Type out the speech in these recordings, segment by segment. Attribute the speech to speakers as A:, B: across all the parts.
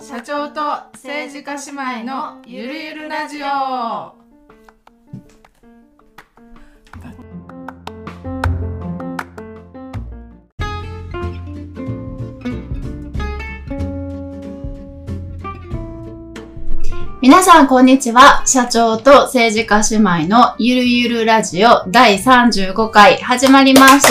A: 社長と政治家姉妹のゆるゆるラジオ。
B: 皆さん、こんにちは。社長と政治家姉妹のゆるゆるラジオ第35回始まりました。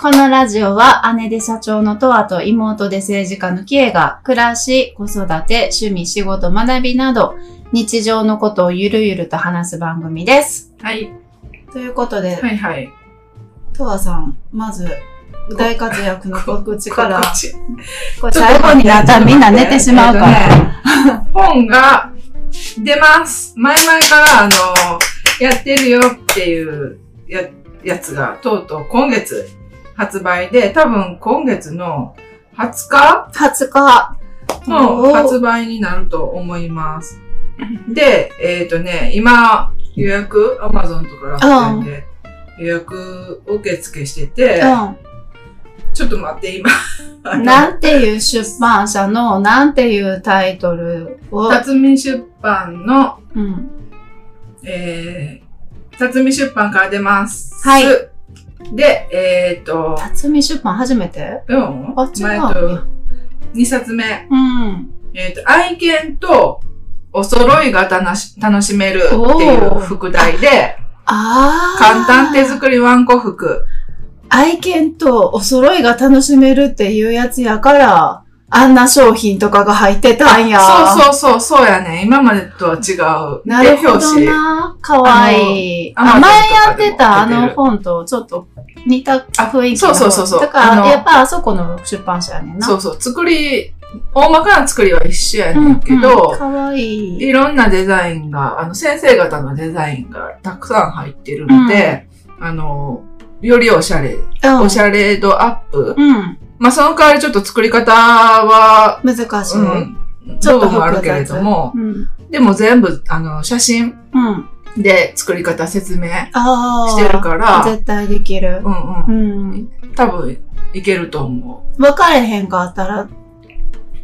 B: このラジオは姉で社長のとわと妹で政治家のきえが暮らし、子育て、趣味、仕事、学びなど日常のことをゆるゆると話す番組です。
A: はい、
B: ということで、
A: はい、はい。
B: とわさん、まず大活躍の告知から、
A: 告知
B: これ最後になったらみんな寝てしまうから。
A: ら。本が出ます。前々から、あの、やってるよっていうややつが、とうとう今月発売で、多分今月の20日
B: 20日
A: の発売になると思います。で、えっ、とね、今予約、Amazon とか楽天で予約受付してて、ちょっと待って、今。あ
B: うん。
A: の
B: なんていう出版社の、なんていうタイトルを、
A: 辰巳出版の
B: うん。
A: えー、辰巳出版から出ます。
B: はい。
A: で、えっ、ー、と、
B: 辰巳出版初めて
A: うん
B: あ違う
A: 前と、2冊目。
B: うん。
A: えっ、と、愛犬とお揃いが楽し楽しめるって
B: お
A: いう
B: ー
A: 副題で、
B: ああ。
A: 簡単手作りワンコ服。
B: 愛犬とお揃いが楽しめるっていうやつやから、あんな商品とかが入ってたんや。
A: そうそうそう、そうやね。今までとは違う。
B: なるほ
A: で
B: ど
A: 表紙
B: な。かわいい。
A: あの
B: あ、前
A: Amazon
B: や
A: とか
B: っ
A: でも
B: てたあ
A: 出て
B: の
A: る
B: 本とちょっと似た雰囲気の
A: あそうそうそうそう
B: だから、
A: あの
B: やっぱあそこの出版社やねんな。
A: そうそう。作り、大まかな作りは一緒やねんけど、
B: うんうんかわいい。
A: いろんなデザインが、あの、先生方のデザインがたくさん入ってるので、あの、よりおしゃれ、
B: うん
A: おしゃれ度アップ。
B: うん。
A: まあ、その代わりちょっと作り方は、
B: 難しい。
A: う
B: うん。
A: ん、
B: ちょ
A: 部
B: っと
A: 分もあ
B: 複雑
A: るけれども、でも全部、あの、写真
B: うん。
A: で作り方説明
B: ああ。
A: してるから、
B: 絶対できる
A: う。んう、
B: うんん。
A: 多分いけると思う。
B: 分かれへんかったら、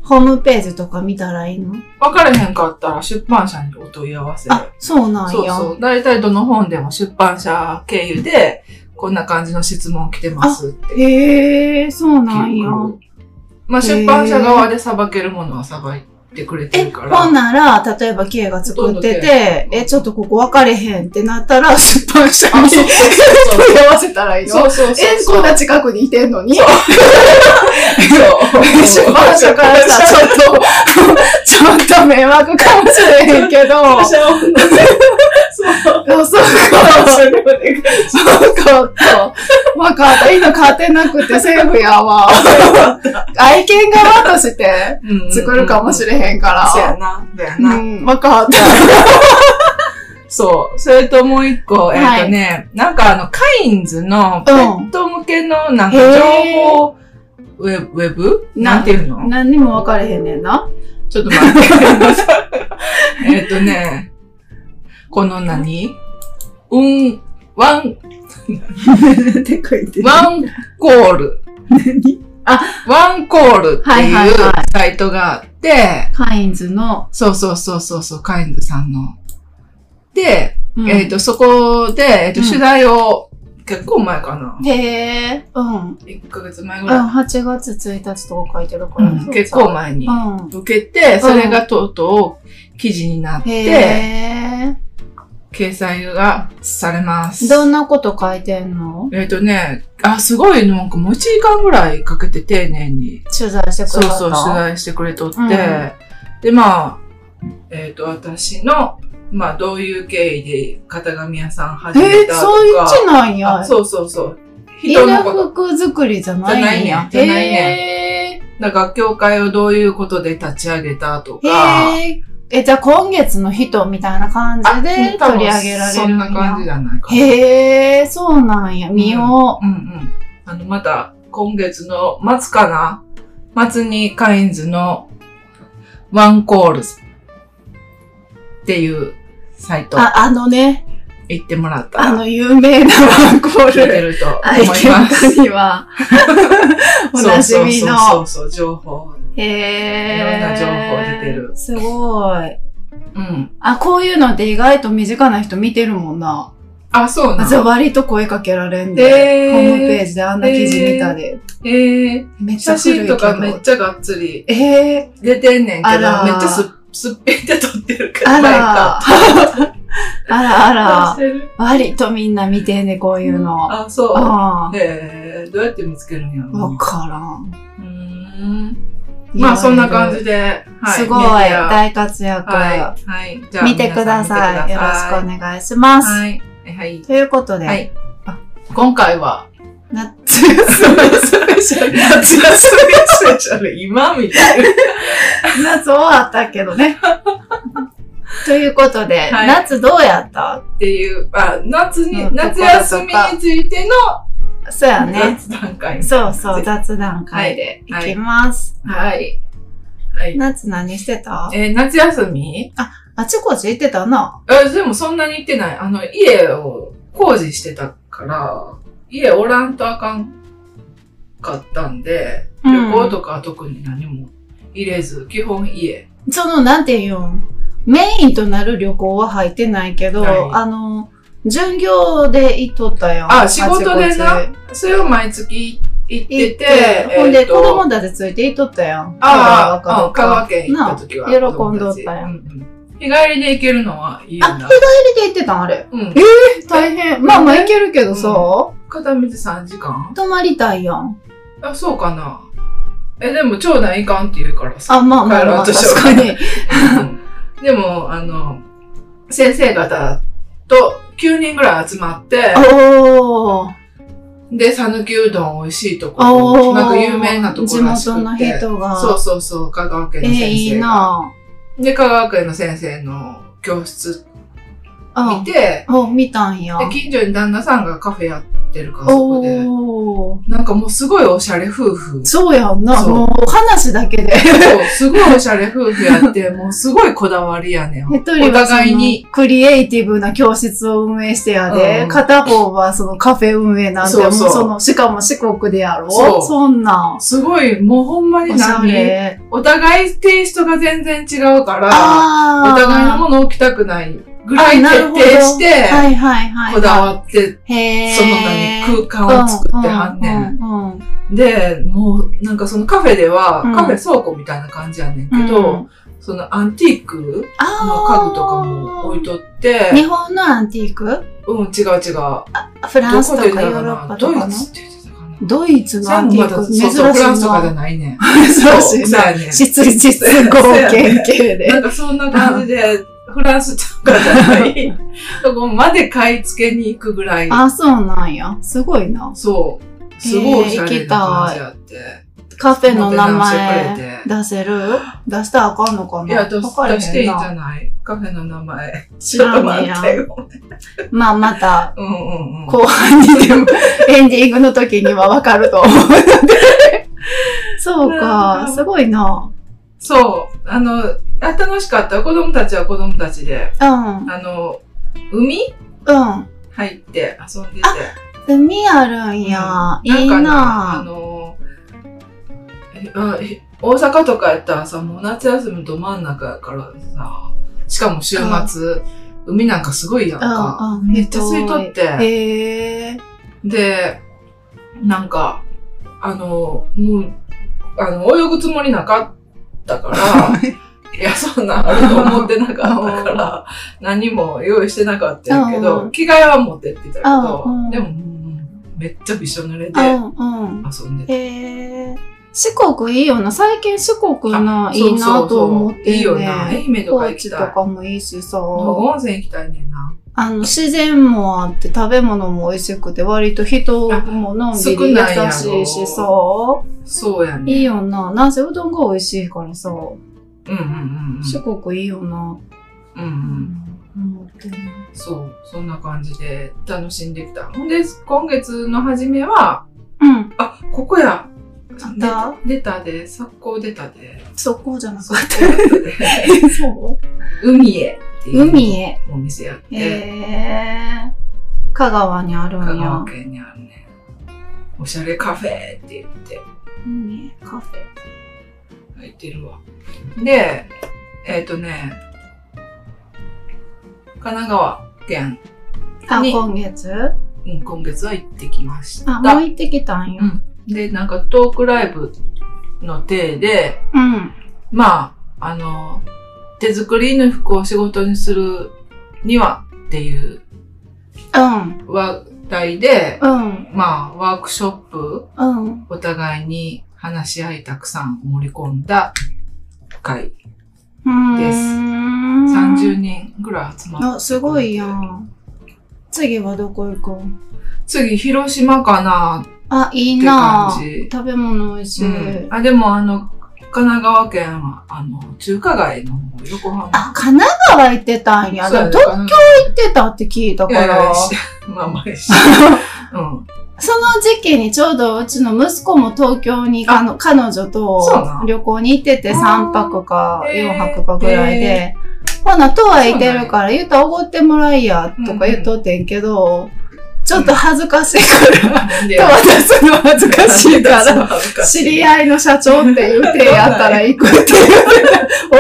B: ホームページとか見たらいいの
A: 分かれへんかったら出版社にお問い合わせ。
B: あ、そうなんや。
A: そうそう。大体どの本でも出版社経由で、こんな感じの質問来てますっていう。
B: へえ、そうなんや。
A: まあ、
B: へー
A: 出版社側で裁けるものは裁いてくれて
B: え、
A: るから。
B: ほんなら、例えば、キエが作っ
A: ど
B: てて、
A: んどん
B: え、ちょっとここ分かれへんってなったら、出版社
A: あ
B: に
A: そうそうそう
B: 問い合わせたらいいの。
A: そうそうそうそう。
B: え、こんな近くにいてんのに。
A: そう
B: 出版社からしたら、ちょっと、ちょっと迷惑かもしれへんけ
A: 出
B: ど。
A: 版社を
B: そうそうそうかった。わかった。いいの買ってなくてセーフやわ。愛犬側として作るかもし
A: れ
B: れへんか
A: そうや
B: ら。
A: な。そうや
B: う
A: な。
B: ん、わかった。
A: そう。それともう一個、えっ、
B: はい
A: とね、なんかあの、カインズのペット向けのなんか
B: へー
A: 情報ウェブウェブなんていうの
B: 何にも分かれへんねんな。
A: ちょっと待って。 えっとね、この何うん、ワン、
B: てか言ってる
A: ワンコール。
B: あ
A: ワンコールって
B: はいはいいうは
A: サイトがあって、
B: カインズの、
A: そうそうそうそうそう、カインズさんの。で、
B: うん
A: えっ、と、そこで、えっ、と、
B: うん
A: 取材を、結構前かな。
B: へえ、うん。うん、
A: 1ヶ月前ぐらい。
B: 8月1日とか書いてるか
A: う
B: ら。
A: ん結構前に
B: うん。
A: 受けて、それがとうとう記事になって、
B: へえ。
A: 掲載がされます。
B: どんなこと書いてんの
A: えっ、とね、あ、すごい、なんかもう1時間ぐらいかけて丁寧に、
B: 取材して
A: そ
B: く
A: う
B: れた
A: そう、取材してくれとって、
B: うん
A: で、まあ、えっ、と、私の、まあ、どういう経緯で型紙屋さん始
B: え
A: め
B: ー、
A: たとか、
B: そういうちなんや。
A: あそうそうそう、
B: 人
A: 人のこ
B: の
A: と、
B: 服作りじゃないんや。
A: じゃない
B: ね
A: なんか、業界をどういうことで立ち上げたと
B: へ
A: か、
B: え。え、じゃあ今月の人みたいな感じで
A: 多分
B: 取り上げられる
A: そんな感じじゃないかな。
B: へえ、そうなんや。見よ
A: うんうん。あの、また、今月の末かな末にカインズのワンコールズっていうサイ
B: う。
A: ト。
B: あ、あのね、
A: 行ってもらった
B: あ
A: ら、
B: の、有名なワンコ
A: 聞い
B: ー
A: て
B: ル。
A: ると思
B: アイ
A: い
B: テ
A: ま
B: ム
A: す。
B: に は、おなじみ
A: そうそうそう
B: の。
A: そうそう、情報。
B: へえ。
A: いろんな情報出てる
B: すごい。
A: うん。
B: あ、こういうのって意外と身近な人見てるもんな。
A: あ、そうな
B: あ、じゃあ
A: の
B: 割と声かけられん
A: え
B: で。ホ
A: ー、
B: ームページであんな記事見たで。
A: えー、
B: めっちゃ
A: 写
B: 古
A: 真
B: いけど
A: とかめっちゃがっつり
B: ええ
A: 出てんねんけ
B: あ
A: ど、
B: ら
A: めっちゃすすっぺんで撮ってるから、
B: あ
A: 前
B: ら
A: か。
B: あらあ
A: ら
B: ら。割とみんな見てんね、こういうの。あ
A: あ、そ
B: あ
A: う。へえ、どうやって見つけるんやろ
B: ー。わ
A: う
B: からん。
A: ーん。まあ、そんな感じで、はい。
B: すごい。
A: メディア
B: 大活躍。
A: はい。はい。じゃあ
B: 見てください。よろしくお願いします。
A: はい。はい。
B: ということで、
A: はい今回 は、
B: 夏休みスペシャル。
A: 夏休みスペシャル、今みたいな。
B: 夏終わったけどね。 ということで、
A: はい
B: 夏どうやった
A: っていう、あ、夏
B: う
A: に、
B: ん
A: 夏休みについての
B: そうやね。
A: 夏段階。
B: そうそう、雑談会でい
A: はい
B: きます。
A: はい。はい。
B: 夏何してた
A: えー夏休み
B: あちこち行ってたな。
A: え、でもそんなに行ってない。あの、家を工事してたから、家おらんとあかんかったんで、
B: うん
A: 旅行とかは特に何も入れず、基本家。
B: その、なんていうん、メインとなる旅行は入ってないけど、
A: はい
B: あの、巡業で行っとったやん。
A: あ仕事でな
B: あちこち
A: それを毎月行って、
B: 行ってて、ほん
A: え
B: で
A: ー
B: 子
A: と
B: 供たちついて行っとったやん。
A: あ
B: 香
A: あ、
B: 川
A: うん香川県行った時は。
B: なあ喜んどった
A: 子供ちう
B: やん
A: うん日帰りで行けるのはいいよ
B: あ、日
A: な
B: 帰。りで行ってたんあれ。
A: うん
B: え。大変。まあまあ行けるけどさ、
A: 片道3時間
B: 泊まりたいやん。
A: あ、そうかな。え、でも、長男いかんって言うからさ。
B: あ、まあまあまあ、
A: 帰ろうとし
B: 確
A: よう
B: か に。
A: うん でも、あの、先生方と9人ぐらい集まって、
B: おー。
A: で、讃岐うどん美味しいとこ
B: お
A: ろ、
B: ー。
A: なんか有名なところらし
B: 地元の
A: くて。
B: 人が。
A: そうそうそう、香川県
B: え
A: の
B: ー、
A: 先生が。
B: いいな
A: で、香川県の先生の教室
B: ぁ。
A: 見て、
B: うん。お、見たんや。
A: で、近所に旦那さんがカフェやってるから、そこで。
B: おー。
A: なんかもうすごいおしゃれ夫婦。
B: そうやんな。
A: そう
B: もう、話 だけで。
A: そう、すごいおしゃれ夫婦やって、もうすごいこだわりやねん。
B: 一人
A: お
B: はそ
A: 互いに。
B: のクリエイティブな教室を運営してやで、
A: うん
B: 片方はそのカフェ運営なんて、
A: そうそう
B: もうその、しかも四国でやろ
A: そう
B: そんなん。
A: すごい、もうほんまに
B: おしゃ
A: 何
B: れ。
A: お互いテイストが全然違うから、お
B: あー
A: 互いのものを着たくないぐらい
B: あな
A: 徹
B: る
A: 底
B: ほど
A: して、
B: はいはいはい。
A: こだわって、
B: へー
A: その何、空間を作ってはんねん。
B: うんうんうん
A: で、もうなんかそのカフェでは、
B: うん
A: カフェ倉庫みたいな感じやねんけ
B: う
A: ど、
B: ん
A: そのアンティークの
B: あー
A: 家具とかも置いとっ
B: 日
A: て、
B: 本のアンティーク
A: うん、違う違う。
B: フランス
A: ど
B: と
A: こ
B: か
A: で
B: ヨ
A: 言う
B: ーロ
A: の
B: ッ
A: か
B: パ
A: な
B: と
A: ドイ
B: かの
A: ツって言ってたかな
B: ドイツのアンティーク、珍
A: そう
B: しい
A: そう、
B: な。
A: フランスとかじゃないね。そ
B: 珍しい
A: うそう
B: な。
A: やねん
B: 質実合研系で
A: な。んかそんな感じで、フランスとかじゃない、そこまで買い付けに行くぐらい、
B: あ、そうなんや。すごいな。
A: そう、すごいおしゃれな感じやって。
B: カフェの名
A: モデ
B: 前
A: ルしてくれて
B: 出せる出したらあかんのかない
A: や、出
B: わかれへんな
A: 出していいんじゃないカフェの名前。
B: 知らんねや。
A: よ。
B: まあ、また、
A: うんうんうん。
B: 後半にでも、エンディングの時にはわかると思うので。そうか、すごいな。
A: そう、あの、あ楽しかった。子供たちは子供たちで、
B: うん、うん。
A: あの、海入って遊んでて。
B: 海あるんや。
A: うん
B: いい
A: んかあ
B: な。
A: のえあえ大阪とかやったらさ、もう夏休みど真ん中やからさ、しかも週末、海なんかすごいやんか。
B: うん、うん。
A: めっちゃ空いとって、
B: へえ。
A: で、なんか、あの、もう、あの、泳ぐつもりなかった から、いや、そんなんあると思ってなかったから、何も用意してなかったんやけ
B: うんう
A: ど、
B: ん
A: 着替えは持ってってたけど
B: うんうん、
A: でも、うんめっちゃびしょ濡れ
B: う
A: で
B: ん、うん。
A: 遊んでて
B: へえ。四国いいよな。最近四国のいいなと思ってんね。
A: いいよな。愛媛とか
B: 高
A: 行き
B: 知と
A: たい。
B: かもいいしさ。
A: 温泉行きたいねんな。
B: あの、自然もあって食べ物も美味しくて、割と人ものんびり優しいし
A: あ
B: さ。
A: そうやね。
B: いい。よな。なんせうどんが美味しいからさ。
A: うんうんうんうん。
B: 四国いいよな。
A: うんう。
B: うん思ってね
A: そう。そんな感じで楽しんできた。ほんで、今月の初めは、
B: うん。
A: あ、ここや。
B: た
A: 出たで、作工出たで。
B: そこじゃなく
A: 速攻出たで
B: て。そう
A: 海へ。っていう
B: 海へ
A: お店やって、
B: へえ香川にある
A: 香
B: ん
A: 川
B: や。
A: 県にあるね、おしゃれカフェって言って
B: 海へカフェ。
A: 入ってるわ。で、えっ、とね、神奈川県、
B: あ、
A: に
B: 今月
A: うん今月は行ってきまし
B: あ、もう
A: た。
B: 行ってきたんや。
A: で、なんかトークライブの体で、
B: うん。
A: まあ、あの、手作りの服を仕事にするにはっていう
B: うん。
A: 話題で、
B: うん。
A: まあ、ワークショップ、
B: うん。
A: お互いに話し合いたくさん盛り込んだ回。です30
B: す。
A: 人ぐらい集まっ
B: あ、すごいやん。次はどこ行こう
A: 次、広島かな
B: あ、いい
A: って感
B: なぁ。
A: じ。
B: 食べ物美味しい。
A: うんあ、でもあの、神奈川県は、あの、中華街の方横浜。
B: あ、神奈川行ってたんや。
A: そう
B: で
A: や
B: も
A: ね
B: どこ行ってたって聞いた
A: 神
B: か
A: 奈
B: ら
A: 川。県まあまあ 一緒うん。
B: その時期にちょうどうちの息子も東京にあの彼女
A: そうな
B: と
A: ん
B: 旅行に行って
A: あ
B: て
A: ー
B: 3泊か
A: へー
B: 4泊かぐらいで、ほな、とは言ってるから、言うたらおごってもらいや、とか言っとってんけど、ちょっと恥ずかしいから、
A: で
B: と渡すの恥ずかしいか
A: そう
B: ら、
A: 恥ずかしい
B: 知り合いの社長っていう手やったら行くっていう、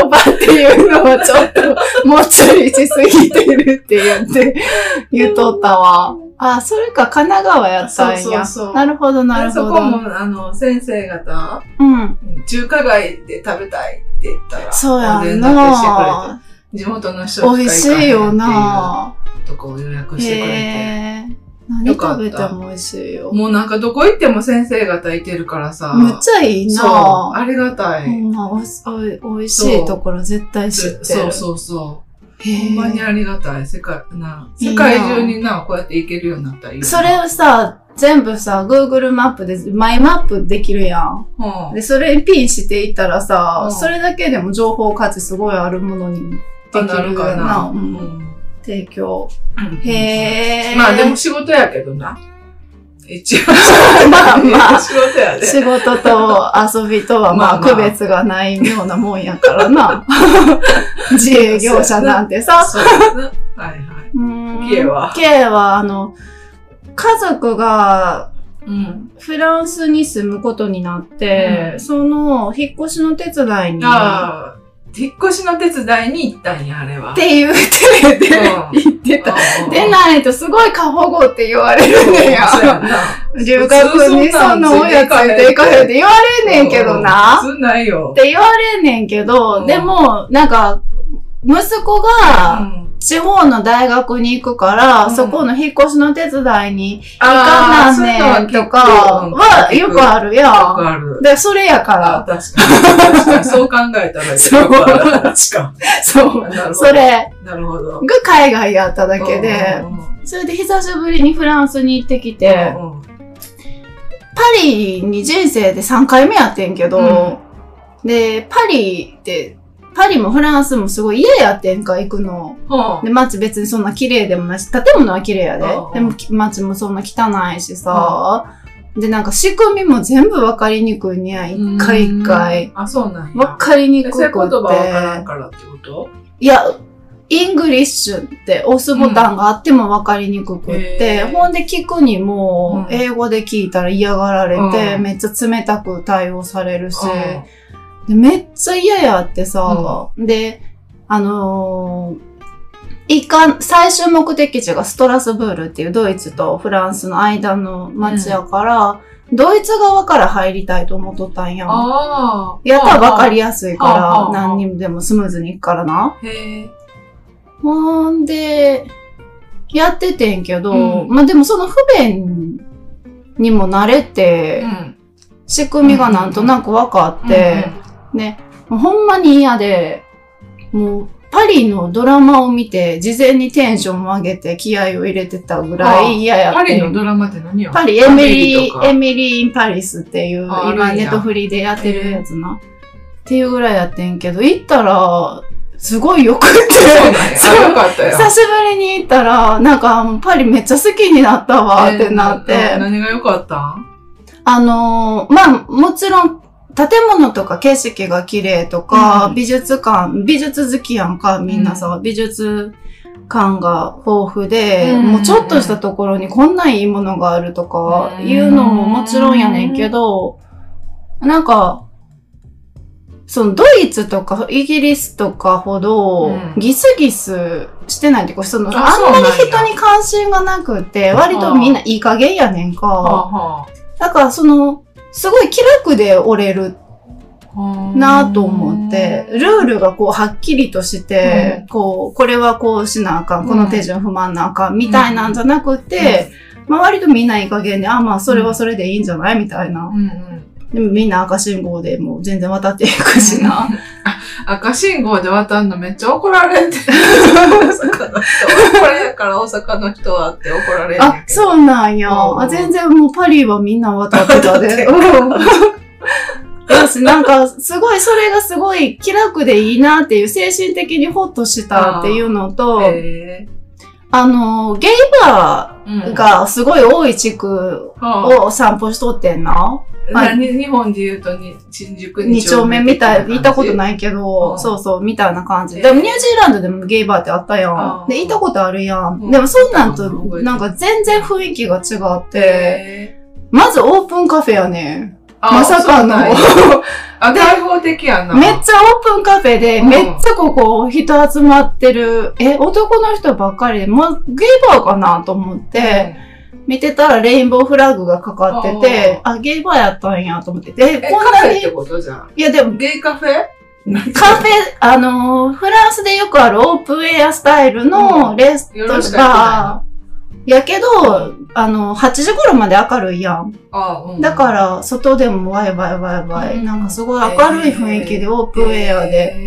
B: おばっていうのはちょっと、もうちょいしすぎてるって 言って、言っとったわ。あ、それか神奈川やったんや。
A: そうそうそう
B: なるほど、なる
A: そ
B: ほ
A: こ
B: ど。
A: も、あの、先生方、
B: うん。
A: 中華街で食べたいって言ったら、
B: そうや
A: おでん
B: ん
A: 立てしてくれて
B: な。
A: 地元の人
B: 美味しいよな。
A: とこを予約してくれて。
B: へえ。何食べても美味しいよ。
A: もうなんかどこ行っても先生方いてるからさ。
B: むっちゃいい
A: そう。
B: な。
A: ありがた
B: ほ
A: い。
B: んま、おいしおいおいしいところ絶対知ってる。
A: そうそうそう。
B: へえ
A: ほんまにありがたい。世界、な、
B: いいな
A: 世界中にな、こうやって行けるようになったらいいよな。
B: それをさ、全部さ、Google マップで、マイマップできるやん。
A: うん、
B: で、それにピンしていったらさ、
A: うん
B: それだけでも情報価値すごいあるものにでき
A: あ
B: る
A: なるか
B: よ
A: な。
B: うん提供。へえ。
A: まあでも、仕事やけどな。一応。
B: まあまあ
A: 仕事やで。
B: 仕事と遊びとはま
A: ま
B: あ
A: あまあ
B: 区別がないようなもんやからな。 自営業者なんてさ。
A: そうやな。はいはい。
B: うん
A: 家は。
B: K は、あの、家族が
A: うん。
B: フランスに住むことになって、
A: うん
B: その、引っ越しの手伝いに、っ
A: ああ、引っ越しの手伝いに行ったんや、あれは。
B: ていう手で
A: うん
B: 行ってた。
A: うん
B: でないとすごい過保護って言われるねや。
A: そうやな。
B: 留学にそのおやつで行かへんって言われんねんけどな。
A: うん普通ないよ
B: っ。て言われんねんけど、
A: うん
B: でも、なんか、息子が
A: ん。
B: 地方の大学に行くから、
A: うん
B: そこの引っ越しの手伝いに
A: ああ
B: 行かな
A: そうん
B: ねん
A: いうの
B: とかは
A: 聞
B: よ
A: く
B: くあるや
A: よく
B: ん。
A: ある。
B: で、それやか
A: あ
B: ら。
A: 確かに。確かに。そう考えたらいい。
B: そう
A: 確か
B: そう。
A: に。なるほど
B: そ。れ
A: なるほど。
B: が海外やっただけで、
A: うんうんうん、
B: それで久しぶりにフランスに行ってきて、
A: うんうん
B: パリに人生で3回目やってんけど、で、パリって、パリもフランスもすごい家やってんか、行くの。
A: はあ
B: で、街別にそんな綺麗でもないし、建物は綺麗やで
A: うんうん。
B: でもき街もそんな汚いしさ。で、なんか仕組みも全部わかりにくいにや、一回一回。。
A: あ、そうなんや。
B: わかりに
A: え
B: く
A: そうい
B: く
A: う言葉わから
B: っ
A: ん
B: て。
A: からってこと
B: いや、イングリッシュって押すボタンがあってもわかりにくくって、
A: うん
B: ほんで聞くにも、
A: うん
B: 英語で聞いたら嫌がられて、
A: うん
B: めっちゃ冷たく対応されるし、
A: うん
B: でめっちゃ嫌やってさ、で、あのー一貫、最終目的地がストラスブールっていうドイツとフランスの間の町やから、ドイツ側から入りたいと思っとったんや。
A: ああ。
B: やったら分かり
A: や
B: やすい
A: あああ
B: か
A: あ
B: ら、何人でもスムーズに行くからな。
A: すい。へえ。
B: ほんで、やっててんけど、
A: うん
B: まあでもその不便にも慣れて、
A: ん。
B: 仕組みがなんとなく分かって、ね、もうほんまに嫌で、もう、パリのドラマを見て、事前にテンションを上げて気合を入れてたぐらい嫌や
A: パ
B: って
A: リ
B: ん。
A: のドラマって何よ
B: パリ、エ
A: パ
B: ミ
A: リ
B: リ
A: と
B: ー、
A: か
B: エミリー・イン・パリスっていう、
A: あ
B: 今
A: あるん
B: ネ
A: や
B: ットフリーでやってるやつな。っていうぐらいやってんけど、行ったら、すごいよ くっ
A: そうなん
B: て、
A: や。
B: そう
A: あよかったよ。
B: 久しぶりに行ったら、なんかもうパリめっちゃ好きになったわってなって、
A: えーな何が良かったん
B: あのーまあ、もちろん、建物とか景色が綺麗とか、
A: うん
B: 美術館、美術好きやんか、みんなさ、美術館が豊富で、
A: うん
B: もうちょっとしたところにこんないいものがあるとか、
A: うん
B: いうのももちろんやねんけど、なんか、そのドイツとかイギリスとかほ
A: う
B: ど
A: ん
B: ギスギスしてないっていうか、その
A: あ
B: あんまり
A: そうな
B: 人
A: んや
B: に関心がなくて、割とみんないい加減やねんか。
A: は
B: だからその、すごい気楽で折れる
A: あはあ
B: なぁと思って、ルールがこうはっきりとして、こう、これはこうしなあかん、この手順踏まんなあかん、みたいなんじゃなくて、まあ割とみんないい加減に、あ、まあそれはそれでいいんじゃないみたいな
A: う。んうん。
B: でもみんな赤信号でもう全然渡っていくしな。
A: 赤信号で渡るのめっちゃ怒られんて。大阪の人は。これやから大阪の人はって怒られんねん
B: あ、
A: けど。
B: そうなんや。
A: うん
B: あ全然もうパリはみんな渡ってたで。 うんよし、なんか、すごい、それがすごい気楽でいいなっていう、精神的にホッとしたっていうのと、
A: へえ
B: あの、ゲイバ
A: うん
B: ーがすごい多い地区
A: はあ
B: を散歩しとってんな。はい
A: 何日本で言うとに新宿
B: 二丁目みたい、行ったこと
A: い。
B: ないけ
A: う
B: ど、
A: ん
B: そうそう、みたいな感じ。
A: えー
B: でもニュージーランドでもゲイバーってあったや
A: あ
B: ん。
A: ー
B: で、行ったことあるや。
A: うんん
B: でもそんなんと
A: 覚えて、る
B: なんか全然雰囲気が違って、
A: へえ
B: まずオープンカフェやね。
A: あ
B: まさかの。
A: そうなんやあ、
B: で
A: 開放的やな。
B: めっちゃオープンカフェで、
A: うん
B: めっちゃここ人集まってる、え、男の人ばっかりで、ま、ゲイバーかなと思って、見てたらレインボーフラッグがかかってて、あ、ゲイバーやったんやと思ってて、
A: え、
B: こん
A: カフ
B: な
A: ェっ
B: に、
A: てことじゃん。
B: いやでも、
A: ゲイカフェ
B: カフェ、あのーフランスでよくあるオープンエアスタイル
A: う
B: の
A: ん
B: レスト
A: よろしく
B: バ
A: や
B: ー、やけど、あの、8時頃まで明るいやん。
A: あ、うん。
B: だか、ら、外でもワイワイワイワイ、
A: うん
B: なんかすごい明るい雰囲気でオープンエアで、
A: で。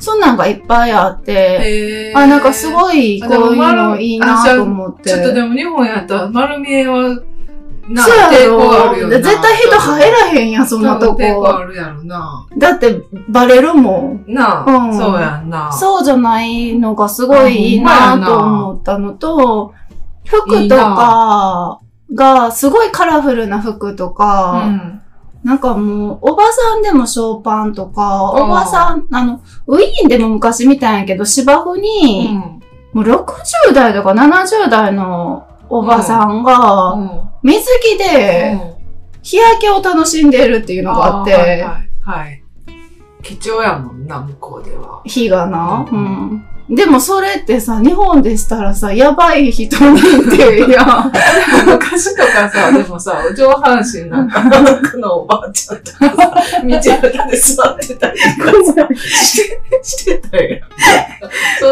B: そんなんがいっぱいあって、
A: へー
B: あ、なんかすごい、
A: あでも
B: こういうのいいなと思って。
A: ちょっとでも日本やったら丸見えは、な、
B: そうや
A: 抵抗あるよ
B: ろ。
A: な。
B: 絶対人入らへんやん、そんなと
A: 多分抵抗
B: こ。
A: あるやろな。
B: だって、バレるもん。
A: な
B: う
A: あ、
B: ん
A: そうやんな。
B: そうじゃないのがすごいいいなと思ったのと、服とかが、すごいカラフルな服と
A: う
B: か、
A: ん。
B: なんかもう、おばさんでもショーパンとか、
A: うん
B: おばさん、あの、ウィーンでも昔見たんやけど、芝生
A: う
B: に、
A: ん。
B: もう60代とか70代のおばさんが、水着で
A: うん
B: 日焼けを楽しんでるっていうのがあっ
A: ーはい
B: て、
A: はいはい。貴重やもんな、向こうでは。
B: 日がな。う。
A: うん
B: でもそれってさ、日本でしたらさ、やばい人にっていうや ん。
A: 昔とか さ、でもさ、上半身なんか歩くのおばあちゃんとかさ、道端で座ってたりとか さ、してしてたよ。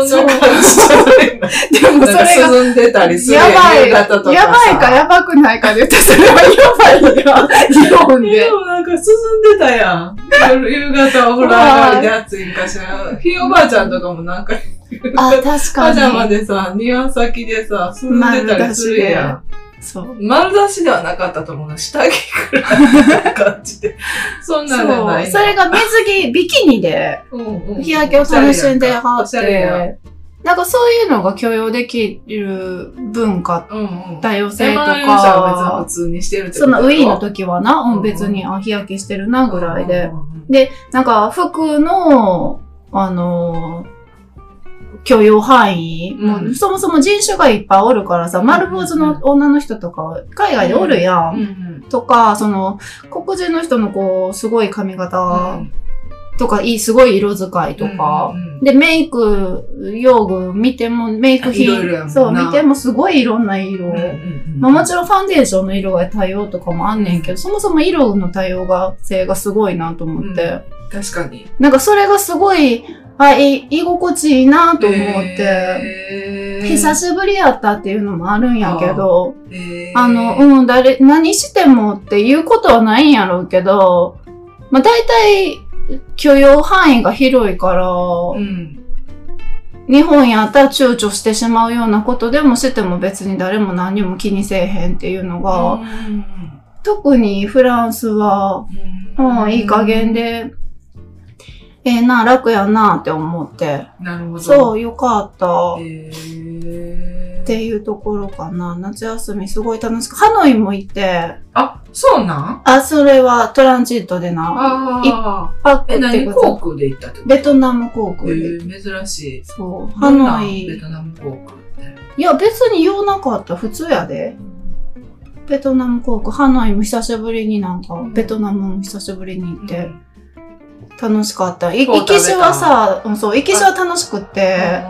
A: そんな感じじゃないの。
B: でも
A: な
B: そ
A: んか
B: れが、
A: 進んでたりする
B: やばい、
A: 夕
B: や
A: 方とか
B: ばいかやばくないかで言ったらそれはやばいやん。日本
A: で
B: で。
A: もなんか進んでたやん。夜夕方お風呂上がりで暑いんかしら。ひいおばあちゃんとかもなんか、
B: あ、確
A: パジャ
B: か
A: マ
B: に。
A: でさ、庭先でさ、進んでたりするやん。
B: そう。
A: 丸出しではなかったと思うな。下着くらいな感じ で。そん
B: そ
A: なんじゃな
B: う。
A: い
B: それが水着、ビキニで日焼けを楽しんではっ
A: おしゃれやん
B: て、なんかそういうのが許容できる文化、
A: うんうん。
B: 多様性
A: セ
B: と
A: マ
B: か。
A: ナリーは別に普通にしてるってこ
B: そ
A: と
B: のウィーンの時はな、う、
A: うんん
B: 別に、あ、日焼けしてるな、ぐらいで。
A: うんうん
B: なんか、服の、あのー許容範囲、
A: うん
B: もうそもそも人種がいっぱいおるからさ、丸坊主の女の人とか、海外でおるや
A: うん
B: ん。
A: うん。
B: とか、その、黒人の人のこう、すごい髪型
A: うん
B: とか、いい、すごい色使いとか、
A: うんうん
B: で、メイク用具見ても、メイク
A: いろいろやも
B: 品、
A: んな
B: そう、見てもすごいいろんな色。
A: うんうんうん
B: まあ、もちろんファンデーションの色が多様とかもあんねんけど、そもそも色の多様が性がすごいなと思って、
A: うん確かに。
B: なんかそれがすごい、あ、い居心地いいなと思って、
A: て
B: 久しぶりやったっていうのもあるんやけど、
A: えー
B: あの、うん、誰、何してもっていうことはないんやろうけど、まあ大体許容範囲が広いから、
A: うん。
B: 日本やったら躊躇してしまうようなことでもしても別に誰も何も気にせえへんっていうのが、
A: うん
B: 特にフランスは、
A: うん
B: うん、いい加減。で、ええな、楽やなって思って。
A: なるほど。
B: そう、よかった。
A: へー
B: っていうところかな。夏休みすごい楽しく。ハノイもいて。
A: あ、そうなん
B: あ、それはトランジットでな。
A: あ
B: パッ
A: あ。
B: ク
A: え、
B: って
A: 何
B: こと
A: 航空で行ったってこと
B: ベトナム航空で。
A: えー珍しい。
B: そう。ハノ
A: ベ
B: イ。
A: トナム航空って。
B: いや、別に用なかった。普通やで。ベトナム航空。ハノイも久しぶりになんか、ベトナムも久しぶりに行って、楽しかった。い
A: そう
B: 行きしは
A: 食
B: さ、うんそう、行きしは楽しくって、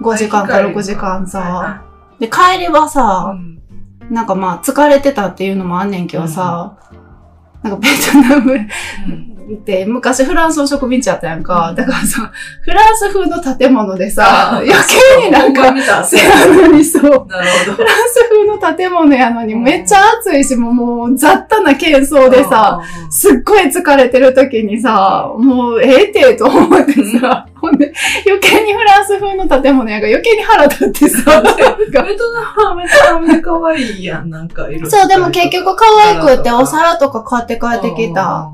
B: 5時間か
A: あ
B: 6時間さ。。で、帰りは
A: 行
B: さ、
A: き
B: なんかまあ、疲れてたっていうのもあんねんけどさ、なんかベトナム
A: 帰りうんうん
B: で、昔フランスの植民地やったやんか。
A: うん
B: だからさ、フランス風の建物でさ、
A: あ
B: 余計になん
A: ほま
B: か、
A: 見た
B: せやのにそう。
A: なるほ
B: フ
A: ど。
B: ランス風の建物やのに
A: うん
B: めっちゃ暑いし、もうもう雑多な喧騒でさ、
A: うん、
B: すっごい疲れてる時にさ、もうええてと思ってさ、ほんで、余計にフランス風の建物やから余計に腹立ってさ、なんか
A: ベトナムはめちゃめちゃ可愛いやん、なんか色。
B: そう、でも結局可愛くってお皿とか買っ
A: 帰
B: て帰ってきた。。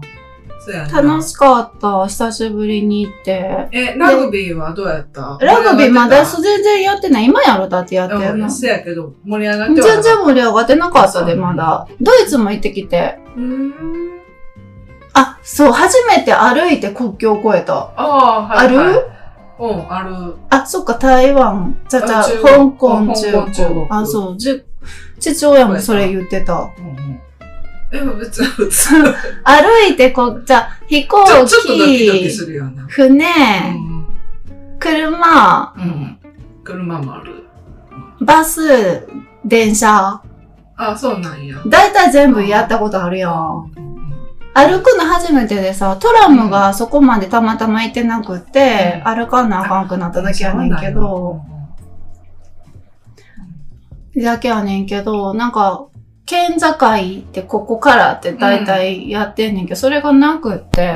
A: そうやな
B: 楽しかった。久しぶりに行って。
A: え、ラグビーはどうやった
B: ラグビーまだ
A: 盛
B: 全然やってない。今やろだってやって
A: り上がってた
B: る
A: う
B: の。
A: ん、
B: 全
A: そうやけど、盛り上がってはなか
B: 然
A: った。
B: 盛り上がってなかったで、
A: そうな
B: ま
A: んだ
B: だ。ドイツも行ってきて。
A: うーん。
B: あ、そう、初めて歩いて国境を越えた。
A: ああ、はい、はい。
B: ある
A: うん、ある。
B: あ、そっか、台湾、ちゃちゃ、
A: あ
B: 香
A: 中国
B: 港、
A: あ
B: 中
A: 香
B: 国
A: 港中国。
B: あ、そう、じゅ父親もそれ言ってた。
A: うんうん。でも別に普通。
B: 歩いてこ、じゃあ飛行
A: ちょちょっとドキドキ
B: 機
A: す、るような。う
B: 船、
A: ん。
B: 車、
A: うん。車もある。
B: バス、電車。
A: あ、そうなんや。
B: だいたい全部やったことあるやん。
A: うん
B: 歩くの初めてでさ、トラムがそこまでたまたま行ってなくて、歩かなあかんくなっただけやねんけど、。だけやねんけど、なんか、県境ってここからって大体やってんねんけど、それがなくって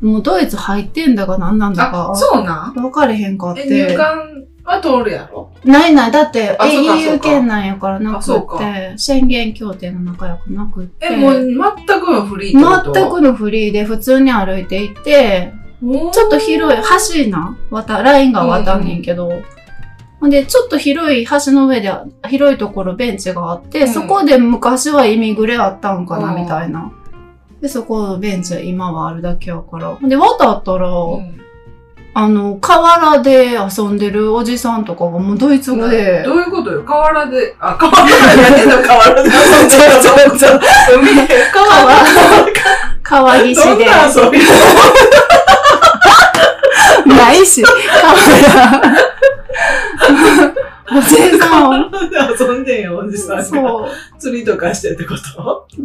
A: う、ん
B: もうドイツ入ってんだかなんなんだ
A: あ、
B: か、
A: そうなん
B: 分かれへんかっ
A: え、入
B: て。
A: 管は通るやろ
B: ないない、だって
A: あそうか
B: EU 圏内やからな
A: あ
B: く
A: そう
B: って、宣言協定の中やからなくって。
A: え、もう全くフリーってこと
B: 全くのフリーで普通に歩いていて、ちょっと広い橋な、渡、ラインが渡んねんけど、ほんで、ちょっと広い橋の上で、広いところベンチがあって、
A: うん
B: そこで昔はイミグレあったんかな、
A: うん
B: みたいな。で、そこのベンチは今はあるだけやから。ほんで、渡ったら、
A: い。
B: あの、河原で遊んでるおじさんとかがもうドイツ語で、
A: どういう ことよ河原で、あ、河原だけど河 原で。
B: ちょ ちょちょ
A: 海で
B: 川
A: 川
B: 川岸
A: どん
B: で、
A: な遊び
B: ないし、河原。おじさん。
A: 川で遊んでんよ、おじさんが。
B: そう。
A: 釣りとかしてってこと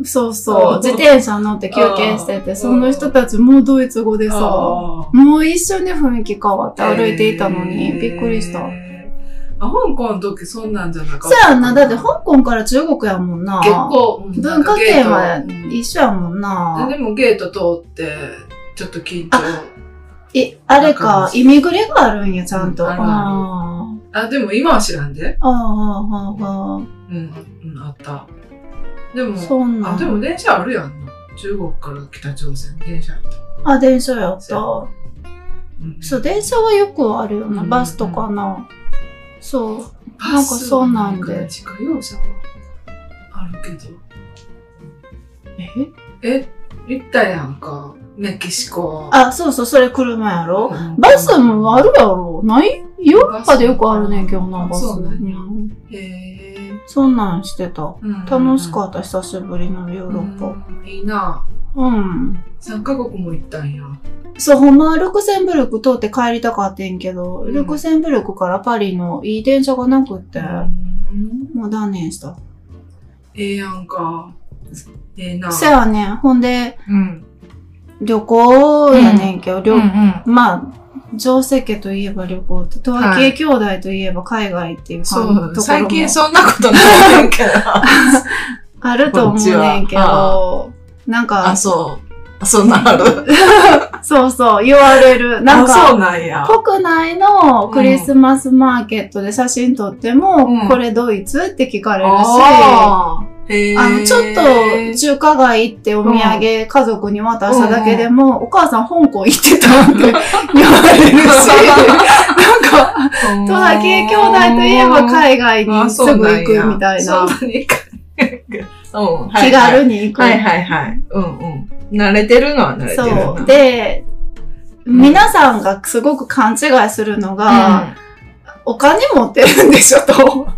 B: そうそうう。
A: ん
B: 自転車乗って休憩して
A: う
B: て、
A: ん
B: その人たちもうドイツ語でさ、
A: あ
B: もう一緒に雰囲気変わって
A: ー
B: 歩いていたのに、びっくりした。
A: えーあ、香港の時そんなんじゃなか
B: そ
A: った。
B: やんな、だって香港から中国やもんな。
A: 結構、うん
B: 文化圏は
A: なんかゲート
B: 一緒やもんな
A: で。でもゲート通って、ちょっと緊張。
B: え、あれ
A: なん
B: か
A: か、
B: イミグレがあるんや、ちゃんと。
A: うん
B: あ
A: ある
B: ー
A: あ、でも今は知らんで。
B: あー、あーあー、
A: うん、うん、あった。でも、
B: そんな
A: あ、で
B: ん。
A: も電車あるやんな。中国から北朝鮮、電車あった。
B: あ、電車やった。
A: そん
B: そう、電車はよくあるよな。
A: うん
B: バスとかな。そう。
A: バ
B: なん
A: ス
B: かそうなん
A: なん
B: で
A: か自家用車はあるけど。
B: え
A: え、行ったやんか。メキシコ。
B: あ、そうそう、それ車やろ
A: うん
B: バスもあるやろないヨーロッパでよくあるねんけどな、バ
A: バ
B: ス。
A: ス
B: う
A: そうなんや
B: ん
A: へえ。
B: そんなんしてた。楽しかった、久しぶりのヨ
A: た
B: ーロッパ。
A: いいな。
B: うん。
A: 3カ国も行ったんや。
B: そう、ほんまはルクセンブルク通って帰りたかってんけど、
A: うん
B: ルクセンブルクからパリのいい電車がなくって、
A: うん
B: もう断念した。
A: ええやんか。ええな。
B: せやねん。ほんで、
A: うん。
B: 旅行やねんけど、旅
A: うんうん。
B: まあ、定石家といえば旅行って、とわきえ兄弟といえば海外っていう
A: そ
B: 感じのところ
A: う、
B: も
A: 最近そんなことないねんけど。
B: あると思うねんけ
A: こっち
B: ど、なんか
A: あ、、そう。あそんなんある。
B: そうそう、言われる。なん
A: あ、そ
B: か、
A: うなんや。
B: 国内のクリスマスマーケットで写真撮っても、
A: うん
B: これドイツって聞かれるし、
A: あ
B: あの、ちょっと中華街行ってお土産家族に渡しただけでも、お母さん香港行ってたって言われるし、 なんか、戸田圭兄弟といえば海外にすぐ行くみたいな。 気軽に行く。
A: はいはいはい。うんうん。慣れてるのは慣れてる
B: そう。で、皆さんがすごく勘違いするのが、お金持ってるんでしょと。あすごいお金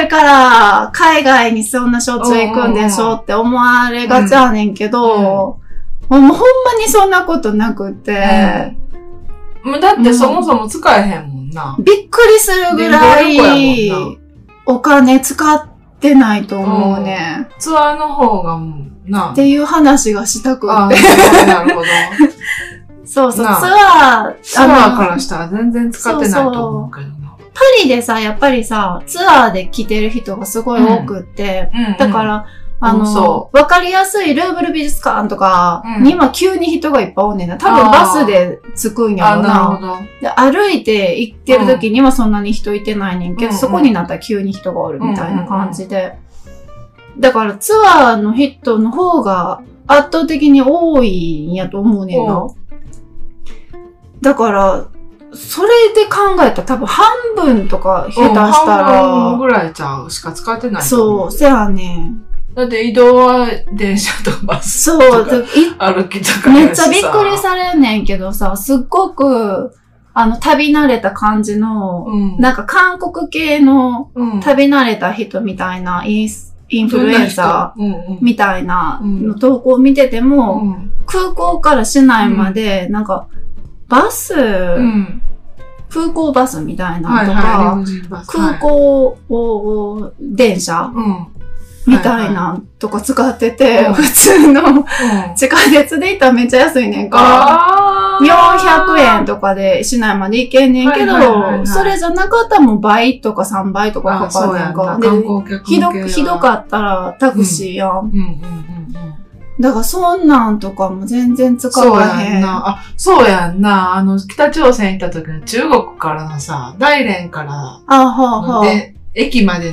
B: あるから、海外にそんなしょっちゅう行くんでしょって思われがちやねんけど、うんうん、もうほんまにそんなことなくて。
A: うん、だってそもそも使えへんもんな。
B: びっくりするぐらい、お金使ってないと思うね。
A: ツアーの方がもう、な。
B: っていう話がしたく
A: って。なるほど。
B: そうそう、ツア
A: ー、ツアーからしたら全然使ってないと思うけど。
B: パリでさ、やっぱりさ、ツアーで来てる人がすごい多くって、うんうんうん、だから、あの、わかりやすいルーブル美術館とか、に今急に人がいっぱいおんねんな。多分バスで着くんやろな。なで歩いて行ってる時にはそんなに人いてないねんけど、そこになったら急に人がおるみたいな感じで。だからツアーの人の方が圧倒的に多いんやと思うねんな。だから、それで考えたら多分半分とか下手したら。
A: 半分ぐらいちゃうしか使ってない
B: そう、せやねん。
A: だって移動は電車とバスとかそう、歩きとか
B: めっちゃびっくりされんねんけどさ、すっごく、あの、旅慣れた感じの、うん、なんか韓国系の旅慣れた人みたいなインス、インフルエンサーみたいなの投稿見てても、うんうん、空港から市内まで、なんか、バス、うん、空港バスみたいなのとか、はいはい、空港を、電車、うん、みたいなとか使ってて、はいはい、普通の、地下鉄で行ったらめっちゃ安いねんか、うん、400円とかで市内まで行けんねんけど、それじゃなかったらもう倍とか3倍とかかかるねんか。でひど、ひどかったらタクシーやん。うんうんうんうんだからそんなんとかも全然使わ
A: へん。そうやんな。あ、そうやんな。あの、北朝鮮行った時の中国からのさ、大連から、
B: あほうほう
A: で、駅までの、